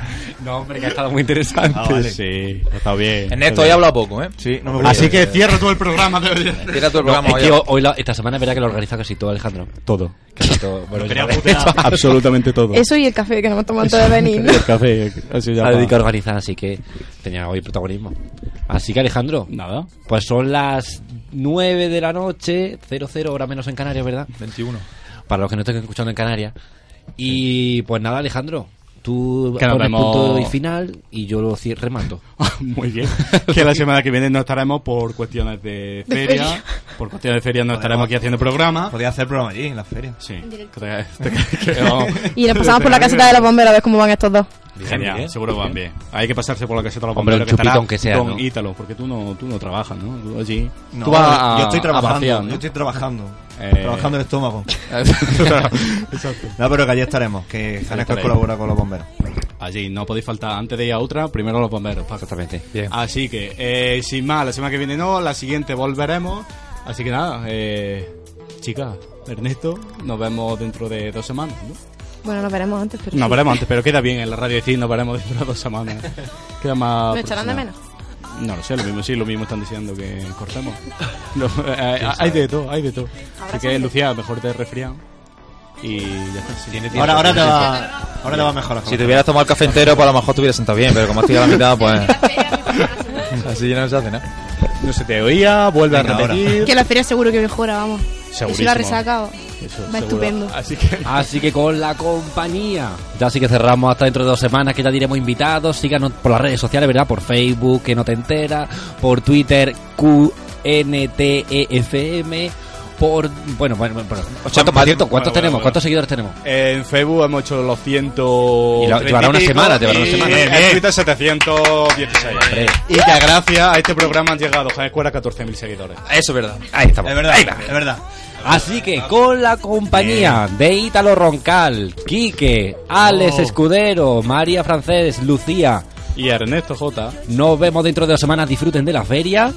O: No, hombre,
D: que ha estado muy interesante.
H: Ah, vale.
B: Sí, está bien.
C: En esto he hablado poco, ¿eh?
H: Sí, no
D: Así que
O: cierra tú el programa de hoy.
C: Tira tu programa
D: No, es
C: hoy.
D: que ho- hoy la- esta semana es verdad que lo organiza casi todo Alejandro.
B: Todo.
D: Casi todo. Bueno,
B: quería
D: ya-
B: putear. Absolutamente todo.
F: Eso y el café que no hemos tomado antes de venir. ¿no?
B: El café, así ya
D: ha
B: pa-
D: dedicado a organizar, así que tenía hoy protagonismo. Así que Alejandro,
B: nada.
D: Pues son las 9 de la noche, 00 hora menos en Canarias, ¿verdad?
C: 21.
D: Para los que no estén escuchando en Canarias. Y pues nada, Alejandro, tú
B: Que nos
D: pones
B: vemos-
D: punto y final y yo lo cier- remato.
B: Muy bien. Que la semana que viene no estaremos por cuestiones de
D: De
B: feria.
D: feria.
B: Por cuestiones de feria no estaremos aquí haciendo programa.
H: Podría hacer programa allí, en la feria.
B: Sí. este, Que vamos.
F: Y nos pasamos por la caseta de los bomberos a ver cómo van estos dos.
B: Genial, seguro van bien. Hay que pasarse por la caseta de los
D: Hombre,
B: bomberos
D: un
B: que estará
D: chupito aunque sea,
B: Don
D: ¿no?
B: Ítalo, porque tú no, tú no trabajas, ¿no? Tú allí.
H: No,
B: tú vas a-
H: yo estoy
B: a
H: trabajando.
B: vaciar, ¿no?
H: Yo estoy trabajando.
B: Eh.
H: Trabajando el estómago. No, pero que allí estaremos. Que Janesco
B: estaremos.
H: colabora con los bomberos.
B: Allí, no podéis faltar. Antes de ir a otra, primero los bomberos. pa. Así que, eh, sin más, la semana que viene no, la siguiente volveremos. Así que nada, eh, chicas, Ernesto, nos vemos dentro de dos semanas. ¿no?
F: Bueno, nos veremos antes, pero.
B: Nos
F: sí.
B: veremos antes, pero queda bien en la radio decir nos veremos dentro de dos semanas. Queda más.
F: Nos echarán de menos.
B: profesional. No lo sé, lo mismo sí, lo mismo están diciendo que cortemos. No, eh, hay, de todo, hay de todo. Así que, Lucía, mejor te resfriado. Y ya está. si tiene tiempo.
H: Ahora, ahora te va... Ahora te va mejor.
C: Si te hubieras tomado el café pues entero, pues a lo mejor te hubieras sentado bien, pero como estoy a la mitad, pues. Así ya no se hace nada.
B: No se te oía, vuelve
E: Venga,
B: a
E: ahora.
B: repetir.
E: Que la feria seguro que mejora, vamos.
B: Segurísimo.
E: Si la resaca,
B: Eso,
E: va
B: seguro.
E: estupendo.
B: Así que...
D: Así que con la compañía. Ya sí que cerramos hasta dentro de dos semanas, que ya diremos invitados. Síganos por las redes sociales, ¿verdad? Por Facebook, que no te entera. Por Twitter, QNTEFM. E Por. Bueno, bueno, bueno. ¿Cuántos, por cierto, ¿cuántos
B: bueno,
D: tenemos?
B: bueno.
D: ¿Cuántos seguidores tenemos?
B: En Facebook hemos hecho los 100.
D: Y lo- llevará una semana, llevará una semana.
B: En
D: Bien.
B: Twitter 716. Y que gracias a este programa han llegado Jaén Escuela 14.000 seguidores.
C: Eso es verdad.
D: Ahí estamos.
B: Es verdad,
D: Ahí va. Ah,
B: es verdad.
D: Así que con la
B: Eh.
D: compañía de Ítalo Roncal, Quique, Alex
B: Oh.
D: Escudero, María Francés, Lucía
B: y Ernesto J.
D: Nos vemos dentro de dos semanas, disfruten de la feria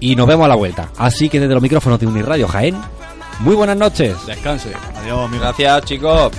D: y nos vemos a la vuelta. Así que desde los micrófonos de Unirradio Jaén, muy buenas noches.
B: Descanse.
H: Adiós,
C: Gracias, chicos.